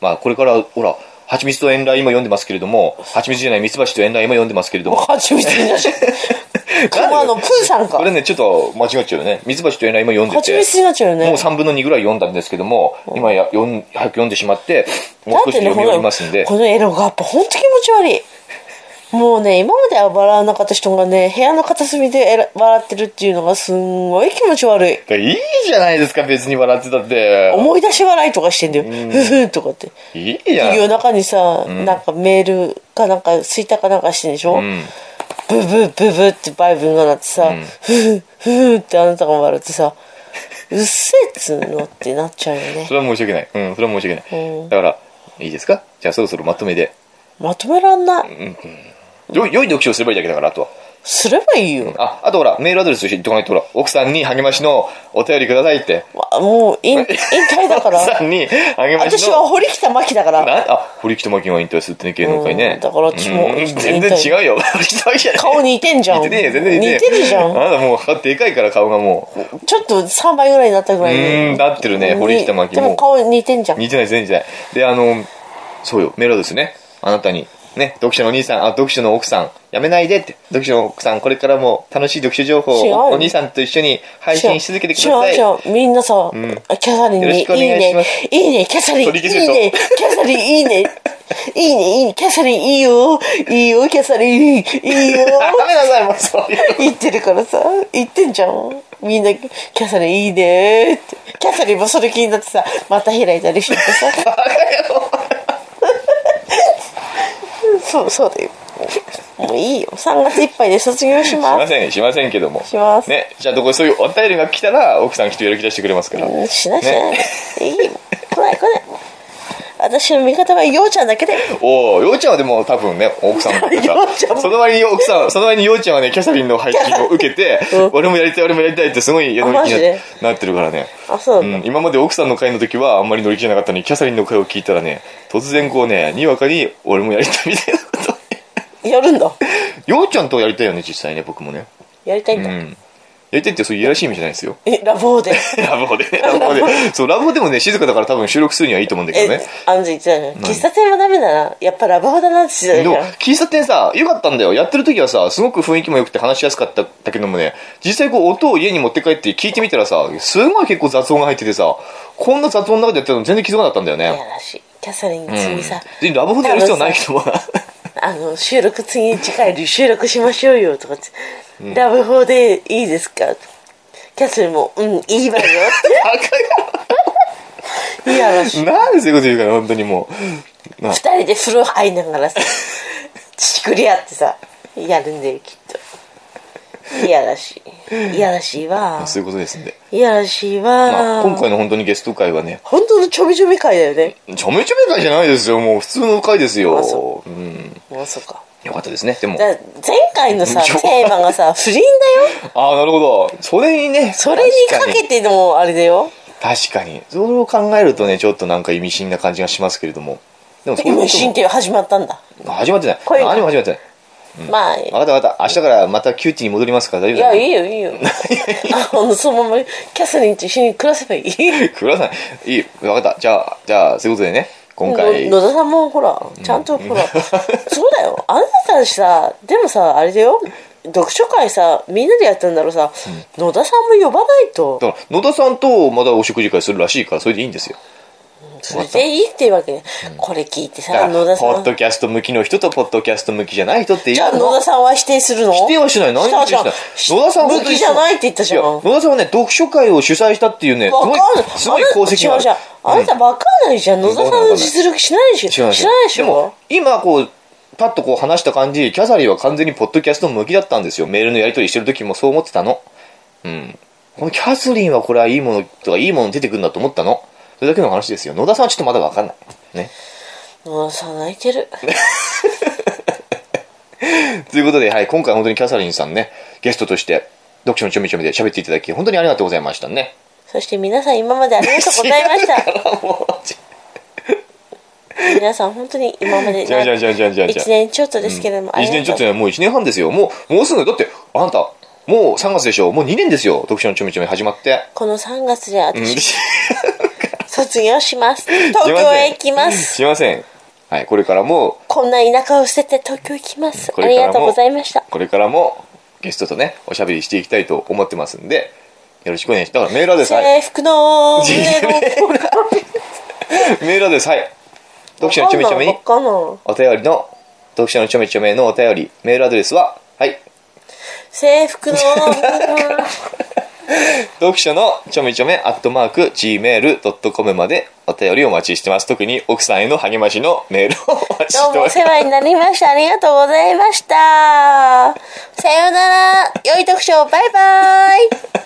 Speaker 1: まあ、これから、ほら、蜂蜜と遠雷も読んでますけれども、蜂蜜じゃない、蜜蜂と遠雷も読んでますけれども、
Speaker 2: 蜂蜜じゃない
Speaker 1: (laughs)
Speaker 2: 熊野プーさんか
Speaker 1: これね、ちょっと間違っちゃうよね。ミツバチとエナ今読んで
Speaker 2: 蜂
Speaker 1: て。
Speaker 2: 蜜になっちゃうよね
Speaker 1: もう3分の2ぐらい読んだんですけども、今や読ん早く読んでしまって、もう少し読み終わりますんで。
Speaker 2: このエロがやっぱほんと気持ち悪いもうね今までは笑わなかった人がね部屋の片隅でえら笑ってるっていうのがすんごい気持ち悪い
Speaker 1: いいじゃないですか、別に笑ってたって。
Speaker 2: 思い出し笑いとかしてんだよふふとかって
Speaker 1: いいじゃ
Speaker 2: 夜
Speaker 1: ん。
Speaker 2: 中にさ、なんかメールかなんかツイッターかなんかしてんでしょ、
Speaker 1: ん
Speaker 2: ブブブブってバイブンが鳴ってさ、ふふふふってあなたが笑ってさうっせえっつうのってなっちゃうよね
Speaker 1: それは申し訳ない。うん、それは申し訳な
Speaker 2: うん
Speaker 1: い。だから、いいですかじゃあそろそろまとめで。
Speaker 2: まとめらんない
Speaker 1: よ良い読書をすればいいだけだから、あとは。
Speaker 2: すればいいよ、
Speaker 1: あ、あとほら、メールアドレスとして言っとかないと、ほら、奥さんに励ましのお便りくださいって。
Speaker 2: わもう引引退だ
Speaker 1: (laughs)
Speaker 2: から
Speaker 1: 奥さんに励ましの。
Speaker 2: 私は堀北真希だから
Speaker 1: なあ、堀北真希が引退するってね、芸能界ね
Speaker 2: う。んだから私も
Speaker 1: うん全然違うよ。堀北真希じゃない。
Speaker 2: 顔似てんじゃん
Speaker 1: 似てねえよ、全然似てねえ
Speaker 2: 似てるじゃ
Speaker 1: あ
Speaker 2: ん
Speaker 1: なたもう、顔でかいから顔がもう。
Speaker 2: ちょっと3倍ぐらいになったぐらいで
Speaker 1: うんなってるね堀北真希
Speaker 2: で
Speaker 1: も
Speaker 2: も顔似てんじゃん
Speaker 1: 似てない、全然似てない。で、あの、そうよ、メールアドレスね。あなたに。ね、読書のお兄さん、あ、読書の奥さん、やめないでって。読書の奥さん、これからも楽しい読書情報
Speaker 2: 違う
Speaker 1: をお兄さんと一緒に配信し続けてください。
Speaker 2: 違う違うみんなさ、キャサリン
Speaker 1: よろ
Speaker 2: に
Speaker 1: し
Speaker 2: 「いい
Speaker 1: くお願いしま
Speaker 2: ね
Speaker 1: す
Speaker 2: いいねキャサリンい
Speaker 1: 取
Speaker 2: い
Speaker 1: り消せと
Speaker 2: ねキャサリンいいねいいねいいねキャサリンいいよいいよキャサリンいいよ
Speaker 1: あ、ダメださい、もうそういう。
Speaker 2: 言ってるからさ言ってんじゃんみんな「キャサリンいいね」ってキャサリンもそれ気になってさまた開いたりしてさそうそうだよもういいよ3月いっぱいで卒業し
Speaker 1: し
Speaker 2: ま
Speaker 1: ますせん、しませんけども。
Speaker 2: します
Speaker 1: ね、じゃあ、どこそういうお便りが来たら、奥さんきっとやる気出してくれますから。
Speaker 2: うんしないしない、
Speaker 1: ね
Speaker 2: いいよ来ない来ない私の味方はようちゃんだけで
Speaker 1: おお、ようちゃんはでも多分ね、奥さんだから
Speaker 2: ようちゃんも
Speaker 1: その割に奥さん、その割にようちゃんはね、キャサリンの配信を受けて、
Speaker 2: うん
Speaker 1: 俺もやりたい、俺もやりたいってすごいやる
Speaker 2: あマ
Speaker 1: 気
Speaker 2: ジ
Speaker 1: に
Speaker 2: で
Speaker 1: ななってるからね。
Speaker 2: あそうなんだ、
Speaker 1: ん、今まで奥さんの会の時はあんまり乗り気じゃなかったのに、キャサリンの会を聞いたらね、突然こうね、にわかに俺もやりたいみたいなことを。
Speaker 2: やるんだ
Speaker 1: ようちゃんとやりたいよね、実際ね、僕もね。
Speaker 2: やりたいん
Speaker 1: う
Speaker 2: だ、
Speaker 1: ん。やりたいってそういういやらしい意味じゃないです
Speaker 2: (laughs)
Speaker 1: よ。
Speaker 2: えラボーで
Speaker 1: ラボでね、ラボで。そう、ラボでもね、静かだから多分収録するにはいいと思うんだけ
Speaker 2: え
Speaker 1: どね。
Speaker 2: あの言ってたじゃん喫茶店もダメだなやっぱラボーだなって言ってた
Speaker 1: で
Speaker 2: じ
Speaker 1: も
Speaker 2: ゃん、
Speaker 1: 喫茶店さ、良かったんだよ。やってる時はさ、すごく雰囲気も良くて話しやすかったんだけどもね、実際こう音を家に持って帰って聞いてみたらさ、すごい結構雑音が入っててさ、こんな雑音の中でやってるの全然気づかなかったんだよ
Speaker 2: いや
Speaker 1: ね。
Speaker 2: らしいキャサリン
Speaker 1: う
Speaker 2: 次
Speaker 1: ん
Speaker 2: さ、
Speaker 1: でラブホでやる必要はないけどもな。
Speaker 2: あの収録次次回収録しましょうよとかって、ラブホーでいいですかキャサリンも「うんいいわよ」っていいやらしい
Speaker 1: なんでそういうこと言うから、本当にもう。な
Speaker 2: 二人で風呂入りながらさちくり合ってさやるんだよきっといやらしいいやらしいわ
Speaker 1: そういうことですんで。
Speaker 2: いやらしい
Speaker 1: ま
Speaker 2: わ
Speaker 1: あ、今回の本当にゲスト会はね、
Speaker 2: 本当のちょびちょび会だよね
Speaker 1: ちょめちょめ会じゃないですよ。もう普通の会です
Speaker 2: あ
Speaker 1: よ
Speaker 2: そ。
Speaker 1: うん。
Speaker 2: もうそうか
Speaker 1: よかったですね。でも
Speaker 2: だ。前回のさテーマがさ不倫だよ
Speaker 1: ああ、なるほど。それにね。
Speaker 2: それに
Speaker 1: 確
Speaker 2: か
Speaker 1: に
Speaker 2: けてのあれだよ
Speaker 1: 確かにそれを考えるとねちょっとなんか意味深な感じがしますけれどもでもそういう
Speaker 2: 無
Speaker 1: こと
Speaker 2: 神
Speaker 1: も
Speaker 2: 経始まったんだ、
Speaker 1: 始まってない
Speaker 2: 声が
Speaker 1: 何も始まってない
Speaker 2: まあい
Speaker 1: 分かった分かった明日からまたキューティーに戻りますから大丈夫
Speaker 2: や
Speaker 1: だ
Speaker 2: いい
Speaker 1: (laughs)
Speaker 2: よいいよあのそのままキャサリンと一緒に暮らせばいい
Speaker 1: (laughs) くださいいい分かったじゃあじゃあそういうことでね今回
Speaker 2: の野田さんもほらちゃんとほら、
Speaker 1: (laughs)
Speaker 2: そうだよあなたたちさでもさあれだよ読書会さみんなでやったんだろうさ、野田さんも呼ばないと
Speaker 1: だから野田さんとまだお食事会するらしいからそれでいいんですよ
Speaker 2: それでいいっていうわけ、これ聞いて
Speaker 1: だか
Speaker 2: さ
Speaker 1: ら
Speaker 2: 野田さ
Speaker 1: ポッ
Speaker 2: ん
Speaker 1: ドキャスト向きの人とポッドキャスト向きじゃない人ってい
Speaker 2: じゃあ
Speaker 1: う
Speaker 2: 野
Speaker 1: の
Speaker 2: 田さんは否定するの
Speaker 1: 否定はしない何も否定しない
Speaker 2: したじゃん
Speaker 1: 野田さんは本
Speaker 2: 向
Speaker 1: 当に
Speaker 2: きじゃないって言った
Speaker 1: い
Speaker 2: じゃ
Speaker 1: や
Speaker 2: んわ
Speaker 1: 野田さんはね読書会を主催したっていうねす
Speaker 2: かん
Speaker 1: ごい
Speaker 2: ない
Speaker 1: すごい功績がある
Speaker 2: あなた違うじゃんあなたわかんないじゃん野田さんの実力知らないでし
Speaker 1: 違う
Speaker 2: ょ知らないでし
Speaker 1: でも
Speaker 2: ょ
Speaker 1: 今こうパッとこう話した感じキャサリンは完全にポッドキャスト向きだったんですよメールのやり取りしてる時もそう思ってたのうんこのキャサリンはこれはいいものとかいいもの出てくるんだと思ったのそれだけの話ですよ野田さんはちょっとまだ分かんないね
Speaker 2: 野田さん泣いてる
Speaker 1: ということで、はい、今回本当にキャサリンさんねゲストとして読書のちょみちょみで喋っていただき本当にありがとうございました
Speaker 2: (laughs)
Speaker 1: ね
Speaker 2: そして皆さん今までありがとうございま
Speaker 1: (laughs)
Speaker 2: し
Speaker 1: だ
Speaker 2: た
Speaker 1: からもう
Speaker 2: 皆さん本当に今まで
Speaker 1: じゃあじゃあ
Speaker 2: ね
Speaker 1: じゃあじゃあじゃあじゃあ
Speaker 2: 一年ちょっとですけれども、あり
Speaker 1: 1
Speaker 2: がとう
Speaker 1: 年ちょっとねもう1年半ですよもうもうすぐだってあなたもう3月でしょもう2年ですよ読書のちょみちょみ始まって
Speaker 2: この3月で
Speaker 1: うん
Speaker 2: 私卒業します (laughs) 東京へ行きます
Speaker 1: すいません。はい、これからも、
Speaker 2: こんな田舎を捨てて東京行きます
Speaker 1: こ
Speaker 2: あ
Speaker 1: れ
Speaker 2: り
Speaker 1: からも
Speaker 2: がとうございました
Speaker 1: これからも、ゲストとね、おしゃべりしていきたいと思ってますんで、よろしくお願いします。だからメールアドレス、はい。
Speaker 2: 制服の
Speaker 1: 自
Speaker 2: 胸の
Speaker 1: 由 (laughs) メールアドレス、はい。読者のちょめちょめに
Speaker 2: わ、かんないわかんない
Speaker 1: お便りの、読者のちょめちょめのお便り、メールアドレスは、はい。
Speaker 2: 制服の
Speaker 1: 読書のちょめちょめアットマーク gmail.com までお便りお待ちしてます。特に奥さんへの励ましのメールをお待ちし
Speaker 2: どう
Speaker 1: て
Speaker 2: も
Speaker 1: お
Speaker 2: お
Speaker 1: ります
Speaker 2: 世。話になりましたありがとうございましたさようなら良い特賞バイバイ